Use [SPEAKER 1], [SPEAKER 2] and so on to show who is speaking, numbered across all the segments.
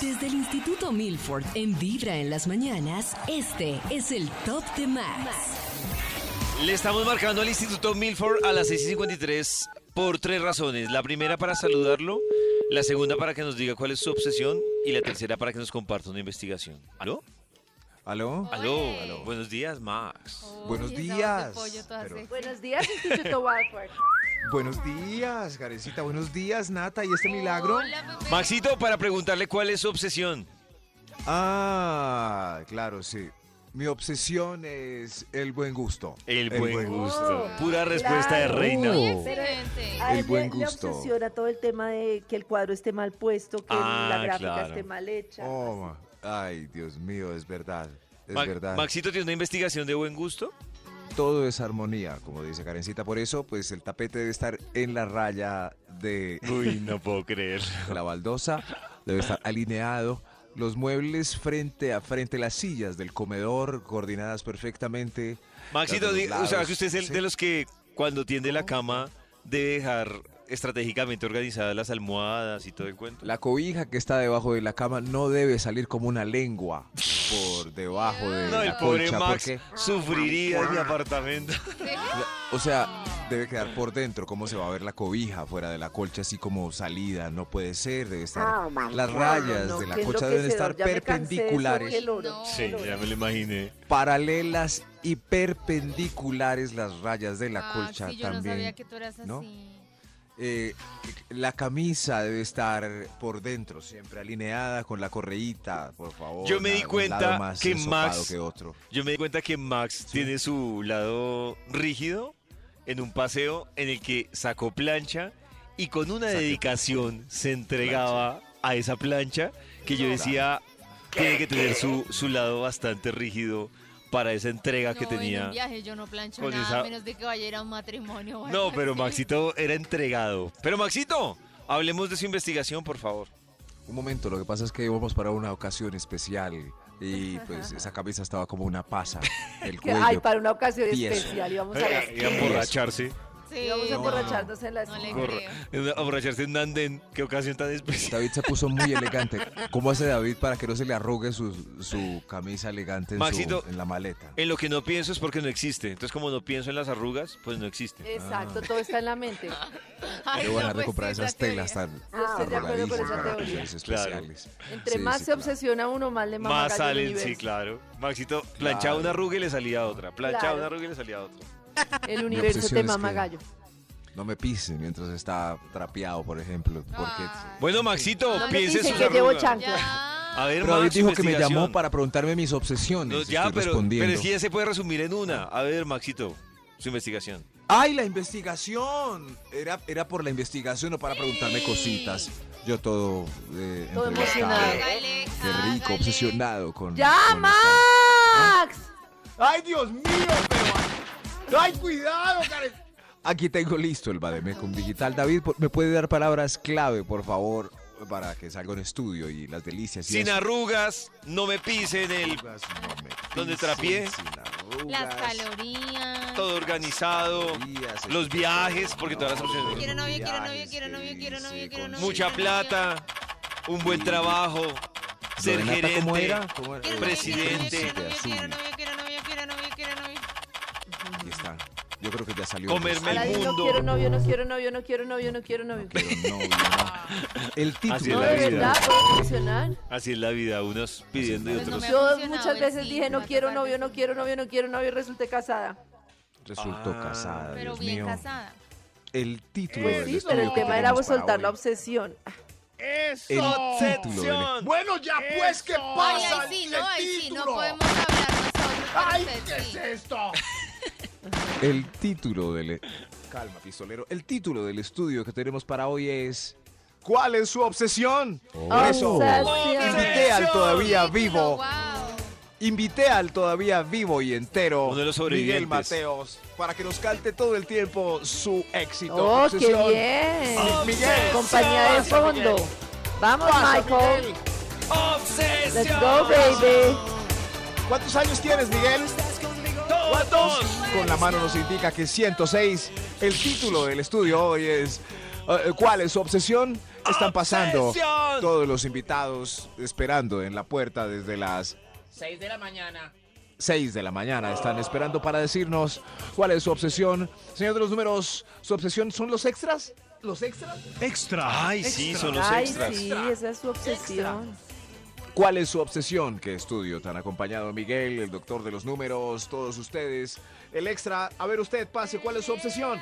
[SPEAKER 1] Desde el Instituto Milford, en Vibra en las mañanas, este es el Top de Max.
[SPEAKER 2] Le estamos marcando al Instituto Milford a las 6.53 por tres razones. La primera para saludarlo, la segunda para que nos diga cuál es su obsesión y la tercera para que nos comparta una investigación. ¿Aló?
[SPEAKER 3] ¿Aló?
[SPEAKER 2] Aló, aló. Buenos días, Max.
[SPEAKER 3] Buenos
[SPEAKER 4] Oye, esa voz de
[SPEAKER 3] días.
[SPEAKER 4] pollo toda
[SPEAKER 3] Pero-
[SPEAKER 4] sexy.
[SPEAKER 5] Buenos días, Instituto Walford.
[SPEAKER 3] Buenos días, Karencita. Buenos días, Nata. ¿Y este milagro?
[SPEAKER 4] Hola, bebé.
[SPEAKER 2] Maxito, para preguntarle cuál es su obsesión.
[SPEAKER 3] Ah, claro, sí. Mi obsesión es el buen gusto.
[SPEAKER 2] El buen gusto.
[SPEAKER 5] gusto.
[SPEAKER 2] Pura respuesta de
[SPEAKER 5] Claro.
[SPEAKER 2] reina.
[SPEAKER 4] Muy
[SPEAKER 3] Oh.
[SPEAKER 4] excelente.
[SPEAKER 5] A
[SPEAKER 3] El
[SPEAKER 5] él le-
[SPEAKER 3] buen
[SPEAKER 5] Le
[SPEAKER 3] gusto.
[SPEAKER 5] obsesiona todo el tema de que el cuadro esté mal puesto, que
[SPEAKER 2] Ah,
[SPEAKER 5] la gráfica
[SPEAKER 2] claro.
[SPEAKER 5] esté mal hecha.
[SPEAKER 3] Oh, ma- ay, Dios mío, es verdad. Es
[SPEAKER 2] Ma-
[SPEAKER 3] verdad.
[SPEAKER 2] Maxito tiene una investigación de buen gusto.
[SPEAKER 3] Todo es armonía, como dice Karencita. Por eso, pues el tapete debe estar en la raya de
[SPEAKER 2] Uy, no puedo creer.
[SPEAKER 3] la baldosa, debe estar alineado. Los muebles frente a frente, las sillas del comedor coordinadas perfectamente.
[SPEAKER 2] Maxito,
[SPEAKER 3] Las de
[SPEAKER 2] di-
[SPEAKER 3] los
[SPEAKER 2] o sea,
[SPEAKER 3] lados,
[SPEAKER 2] que usted es el
[SPEAKER 3] sí.
[SPEAKER 2] de los que cuando tiende la cama debe dejar estratégicamente organizadas las almohadas y todo el cuento.
[SPEAKER 3] La cobija que está debajo de la cama no debe salir como una lengua por debajo de
[SPEAKER 2] No, el
[SPEAKER 3] la
[SPEAKER 2] pobre
[SPEAKER 3] colcha,
[SPEAKER 2] Max
[SPEAKER 3] porque,
[SPEAKER 2] sufriría en mi apartamento.
[SPEAKER 3] o sea, debe quedar por dentro. ¿Cómo se va a ver la cobija fuera de la colcha así como salida? No puede ser, debe
[SPEAKER 5] Ah,
[SPEAKER 3] estar. las rayas de la
[SPEAKER 5] Qué
[SPEAKER 3] colcha
[SPEAKER 5] enloquecedor,
[SPEAKER 3] deben estar
[SPEAKER 5] ya me cansé de eso,
[SPEAKER 3] perpendiculares,
[SPEAKER 5] que el oro.
[SPEAKER 4] No.
[SPEAKER 2] Sí, ya me lo imaginé.
[SPEAKER 3] paralelas y perpendiculares las rayas de la
[SPEAKER 4] Ah,
[SPEAKER 3] colcha
[SPEAKER 4] sí, yo no
[SPEAKER 3] también.
[SPEAKER 4] sabía que tú eras así.
[SPEAKER 3] ¿no? Eh, la camisa debe estar por dentro, siempre alineada con la correíta, por favor.
[SPEAKER 2] Yo me di
[SPEAKER 3] nada, un lado
[SPEAKER 2] cuenta
[SPEAKER 3] más
[SPEAKER 2] que
[SPEAKER 3] ensopado
[SPEAKER 2] Max-
[SPEAKER 3] que otro.
[SPEAKER 2] Yo me di cuenta que Max tiene su lado rígido en un paseo en el que sacó plancha y con una dedicación se entregaba a esa plancha que yo decía tiene que tener su, su lado bastante rígido para esa entrega
[SPEAKER 4] No,
[SPEAKER 2] que
[SPEAKER 4] En
[SPEAKER 2] tenía.
[SPEAKER 4] un viaje yo no plancho
[SPEAKER 2] con
[SPEAKER 4] nada,
[SPEAKER 2] esa-
[SPEAKER 4] a menos de que vaya a ir a un matrimonio. o algo
[SPEAKER 2] No, pero
[SPEAKER 4] así.
[SPEAKER 2] Maxito era entregado. Pero Maxito, hablemos de su investigación, por favor.
[SPEAKER 3] Un momento, lo que pasa es que íbamos para una ocasión especial y pues esa camisa estaba como una pasa. El
[SPEAKER 5] Que,
[SPEAKER 3] cuello.
[SPEAKER 5] ay, para una ocasión
[SPEAKER 3] tieso.
[SPEAKER 5] especial íbamos a
[SPEAKER 2] Eh,
[SPEAKER 5] las
[SPEAKER 2] y a emborracharse.
[SPEAKER 4] Sí,
[SPEAKER 5] íbamos a
[SPEAKER 3] no, borrachar.
[SPEAKER 5] emborracharnos en la
[SPEAKER 4] no le
[SPEAKER 5] esquina.
[SPEAKER 2] Corra-
[SPEAKER 4] creo.
[SPEAKER 2] en una- Emborracharse en un andén. Qué ocasión tan especial.
[SPEAKER 3] David se puso muy elegante. ¿Cómo hace David para que no se le arrugue su, su camisa elegante en, su-
[SPEAKER 2] Maxito,
[SPEAKER 3] en la maleta?
[SPEAKER 2] En lo que no pienso es porque no existe. Entonces, como no pienso en las arrugas, pues no existe.
[SPEAKER 5] Exacto, todo está en la mente.
[SPEAKER 2] Ah.
[SPEAKER 4] Ay,
[SPEAKER 3] Debo
[SPEAKER 4] no,
[SPEAKER 3] dejar de
[SPEAKER 4] pues,
[SPEAKER 3] comprar
[SPEAKER 4] esa
[SPEAKER 3] esas
[SPEAKER 4] teoría.
[SPEAKER 3] telas tan
[SPEAKER 5] Yo estoy de acuerdo Ah, con
[SPEAKER 3] arrugaditas
[SPEAKER 5] esa
[SPEAKER 3] para
[SPEAKER 5] teoría.
[SPEAKER 3] ocasiones
[SPEAKER 2] Claro.
[SPEAKER 3] especiales.
[SPEAKER 5] Entre
[SPEAKER 3] Sí,
[SPEAKER 5] más
[SPEAKER 3] sí,
[SPEAKER 5] se
[SPEAKER 3] claro.
[SPEAKER 5] obsesiona uno, más le mama
[SPEAKER 2] Más
[SPEAKER 5] gallo el
[SPEAKER 2] salen, sí,
[SPEAKER 5] universo.
[SPEAKER 2] claro. Maxito, planchaba
[SPEAKER 3] Claro.
[SPEAKER 2] una arruga y le salía otra. Planchaba
[SPEAKER 5] Claro.
[SPEAKER 2] una arruga y le salía otra.
[SPEAKER 5] El universo
[SPEAKER 3] obsesión es
[SPEAKER 5] te mama
[SPEAKER 3] que-
[SPEAKER 5] gallo.
[SPEAKER 3] No me pise mientras está trapeado, por ejemplo. Porque...
[SPEAKER 4] Ay.
[SPEAKER 2] Bueno, Maxito,
[SPEAKER 4] No me
[SPEAKER 2] piense en
[SPEAKER 5] dicen
[SPEAKER 2] sus
[SPEAKER 5] Ah, que llevo
[SPEAKER 2] arrugas.
[SPEAKER 5] chancla.
[SPEAKER 4] Ah, Ya.
[SPEAKER 2] A ver,
[SPEAKER 3] Pero David
[SPEAKER 2] Max,
[SPEAKER 3] dijo que me
[SPEAKER 2] investigación.
[SPEAKER 3] llamó para preguntarme mis obsesiones.
[SPEAKER 2] No, ya,
[SPEAKER 3] Estoy
[SPEAKER 2] pero,
[SPEAKER 3] respondiendo.
[SPEAKER 2] pero es que ya se puede resumir en una. A ver, Maxito, su investigación.
[SPEAKER 3] ¡Ay, la investigación! Era, era por la investigación o para preguntarme cositas. Yo todo, eh,
[SPEAKER 5] Todo
[SPEAKER 3] entrevistado.
[SPEAKER 5] emocionado.
[SPEAKER 4] Hágale,
[SPEAKER 3] Qué rico,
[SPEAKER 4] hágale.
[SPEAKER 3] obsesionado con.
[SPEAKER 5] ¡Ya,
[SPEAKER 3] con esta-
[SPEAKER 5] Max!
[SPEAKER 2] Ah,
[SPEAKER 3] ¡Ay, Dios mío! pero- ¡Ay, cuidado, Karen! Aquí tengo listo el Bademecum Digital. David, por- ¿me puede dar palabras clave, por favor, para que salga en estudio y las delicias? y
[SPEAKER 2] Sin
[SPEAKER 3] eso?
[SPEAKER 2] arrugas, no me pisen el
[SPEAKER 3] Arrugas, no me
[SPEAKER 2] Donde
[SPEAKER 3] pisen,
[SPEAKER 2] trapié.
[SPEAKER 3] sin arrugas,
[SPEAKER 4] Las calorías.
[SPEAKER 2] todo organizado,
[SPEAKER 3] calorías,
[SPEAKER 2] los
[SPEAKER 3] etcétera.
[SPEAKER 2] viajes, porque todas las
[SPEAKER 3] No,
[SPEAKER 2] opciones.
[SPEAKER 4] Quiero novio, quiero novio,
[SPEAKER 3] viajes,
[SPEAKER 4] quiero novio,
[SPEAKER 3] que
[SPEAKER 4] quiero
[SPEAKER 3] se
[SPEAKER 4] novio, quiero novio.
[SPEAKER 3] consigue.
[SPEAKER 2] Mucha plata, un buen trabajo, ser
[SPEAKER 3] Lorena, ¿ta
[SPEAKER 2] gerente.
[SPEAKER 3] ¿Cómo era? ¿Cómo era?
[SPEAKER 4] Quiero novio, quiero novio,
[SPEAKER 2] presidente.
[SPEAKER 4] quiero novio,
[SPEAKER 3] Así,
[SPEAKER 4] quiero novio, quiero novio, quiero novio, quiero novio.
[SPEAKER 3] Aquí está. Yo creo que ya salió.
[SPEAKER 2] Comerme el
[SPEAKER 5] Aladín, no
[SPEAKER 2] mundo.
[SPEAKER 5] quiero novio, no quiero novio, no quiero novio, no quiero novio.
[SPEAKER 3] Pero no, no.
[SPEAKER 2] Así
[SPEAKER 3] El
[SPEAKER 2] es
[SPEAKER 3] título. este
[SPEAKER 5] No,
[SPEAKER 2] la
[SPEAKER 5] de
[SPEAKER 2] vida.
[SPEAKER 5] verdad, puede funcionar.
[SPEAKER 2] Así es la vida, unos pidiendo y
[SPEAKER 4] Pues no
[SPEAKER 2] otros.
[SPEAKER 4] me ha
[SPEAKER 5] Yo
[SPEAKER 4] funcionado
[SPEAKER 5] muchas
[SPEAKER 4] el
[SPEAKER 5] veces
[SPEAKER 4] sí,
[SPEAKER 5] dije, no
[SPEAKER 4] me ha
[SPEAKER 5] quiero
[SPEAKER 4] tocado
[SPEAKER 5] novio,
[SPEAKER 4] el
[SPEAKER 5] no
[SPEAKER 4] sí".
[SPEAKER 5] quiero novio, no quiero novio, y resulté casada.
[SPEAKER 3] Resultó
[SPEAKER 2] Ah.
[SPEAKER 3] casada.
[SPEAKER 4] Pero
[SPEAKER 3] Dios
[SPEAKER 4] bien
[SPEAKER 3] mío.
[SPEAKER 4] casada.
[SPEAKER 3] El título.
[SPEAKER 5] Pues
[SPEAKER 3] del
[SPEAKER 5] sí,
[SPEAKER 3] estudio
[SPEAKER 5] pero el
[SPEAKER 3] que
[SPEAKER 5] tema era
[SPEAKER 3] tenemos para
[SPEAKER 5] soltar la
[SPEAKER 3] hoy.
[SPEAKER 5] obsesión.
[SPEAKER 3] El título. del-
[SPEAKER 2] Obsesión.
[SPEAKER 6] Bueno, ya pues, ¿qué
[SPEAKER 4] Ay,
[SPEAKER 6] pasa?
[SPEAKER 4] ahí sí, no, ahí sí, no
[SPEAKER 6] título.
[SPEAKER 4] podemos hablar nosotros.
[SPEAKER 6] ¡Ay,
[SPEAKER 4] pero
[SPEAKER 6] qué
[SPEAKER 4] usted
[SPEAKER 6] es
[SPEAKER 4] sí.
[SPEAKER 6] esto!
[SPEAKER 3] El título del. e-, Calma, pistolero. El título del estudio que tenemos para hoy es. ¿Cuál es su obsesión? Por eso
[SPEAKER 5] Oh. Obsesión.
[SPEAKER 3] invité al todavía
[SPEAKER 4] Título,
[SPEAKER 3] vivo
[SPEAKER 4] guau.
[SPEAKER 3] Invité al todavía vivo y entero
[SPEAKER 2] Uno de los
[SPEAKER 3] Miguel
[SPEAKER 2] sobrevivientes.
[SPEAKER 3] Mateos para que nos cante todo el tiempo su éxito.
[SPEAKER 5] ¡Oh, qué
[SPEAKER 3] obsesión. Ah,
[SPEAKER 5] bien!
[SPEAKER 3] Miguel.
[SPEAKER 5] Compañía de
[SPEAKER 3] Pasa, Miguel.
[SPEAKER 5] fondo. Vamos,
[SPEAKER 3] Pasa,
[SPEAKER 5] Michael.
[SPEAKER 3] Miguel.
[SPEAKER 5] Let's go, baby.
[SPEAKER 3] ¿Cuántos años tienes, Miguel? ¿Cuántos? Con la mano nos indica que 106. El título del estudio hoy es eh, ¿Cuál es su obsesión? Están pasando
[SPEAKER 2] ¡Obsesión!
[SPEAKER 3] todos los invitados esperando en la puerta desde las
[SPEAKER 6] 6 de la mañana.
[SPEAKER 3] 6 de la mañana. Están esperando para decirnos cuál es su obsesión. Señor de los números, ¿su obsesión son los extras? ¿Los extras?
[SPEAKER 7] Extra.
[SPEAKER 2] Ay, sí, son los
[SPEAKER 5] Ay,
[SPEAKER 2] extras.
[SPEAKER 5] sí, esa es su obsesión.
[SPEAKER 3] ¿Cuál es su obsesión? ¿Qué estudio tan acompañado Miguel, el doctor de los números, todos ustedes? El extra, a ver usted, pase, ¿cuál es su obsesión?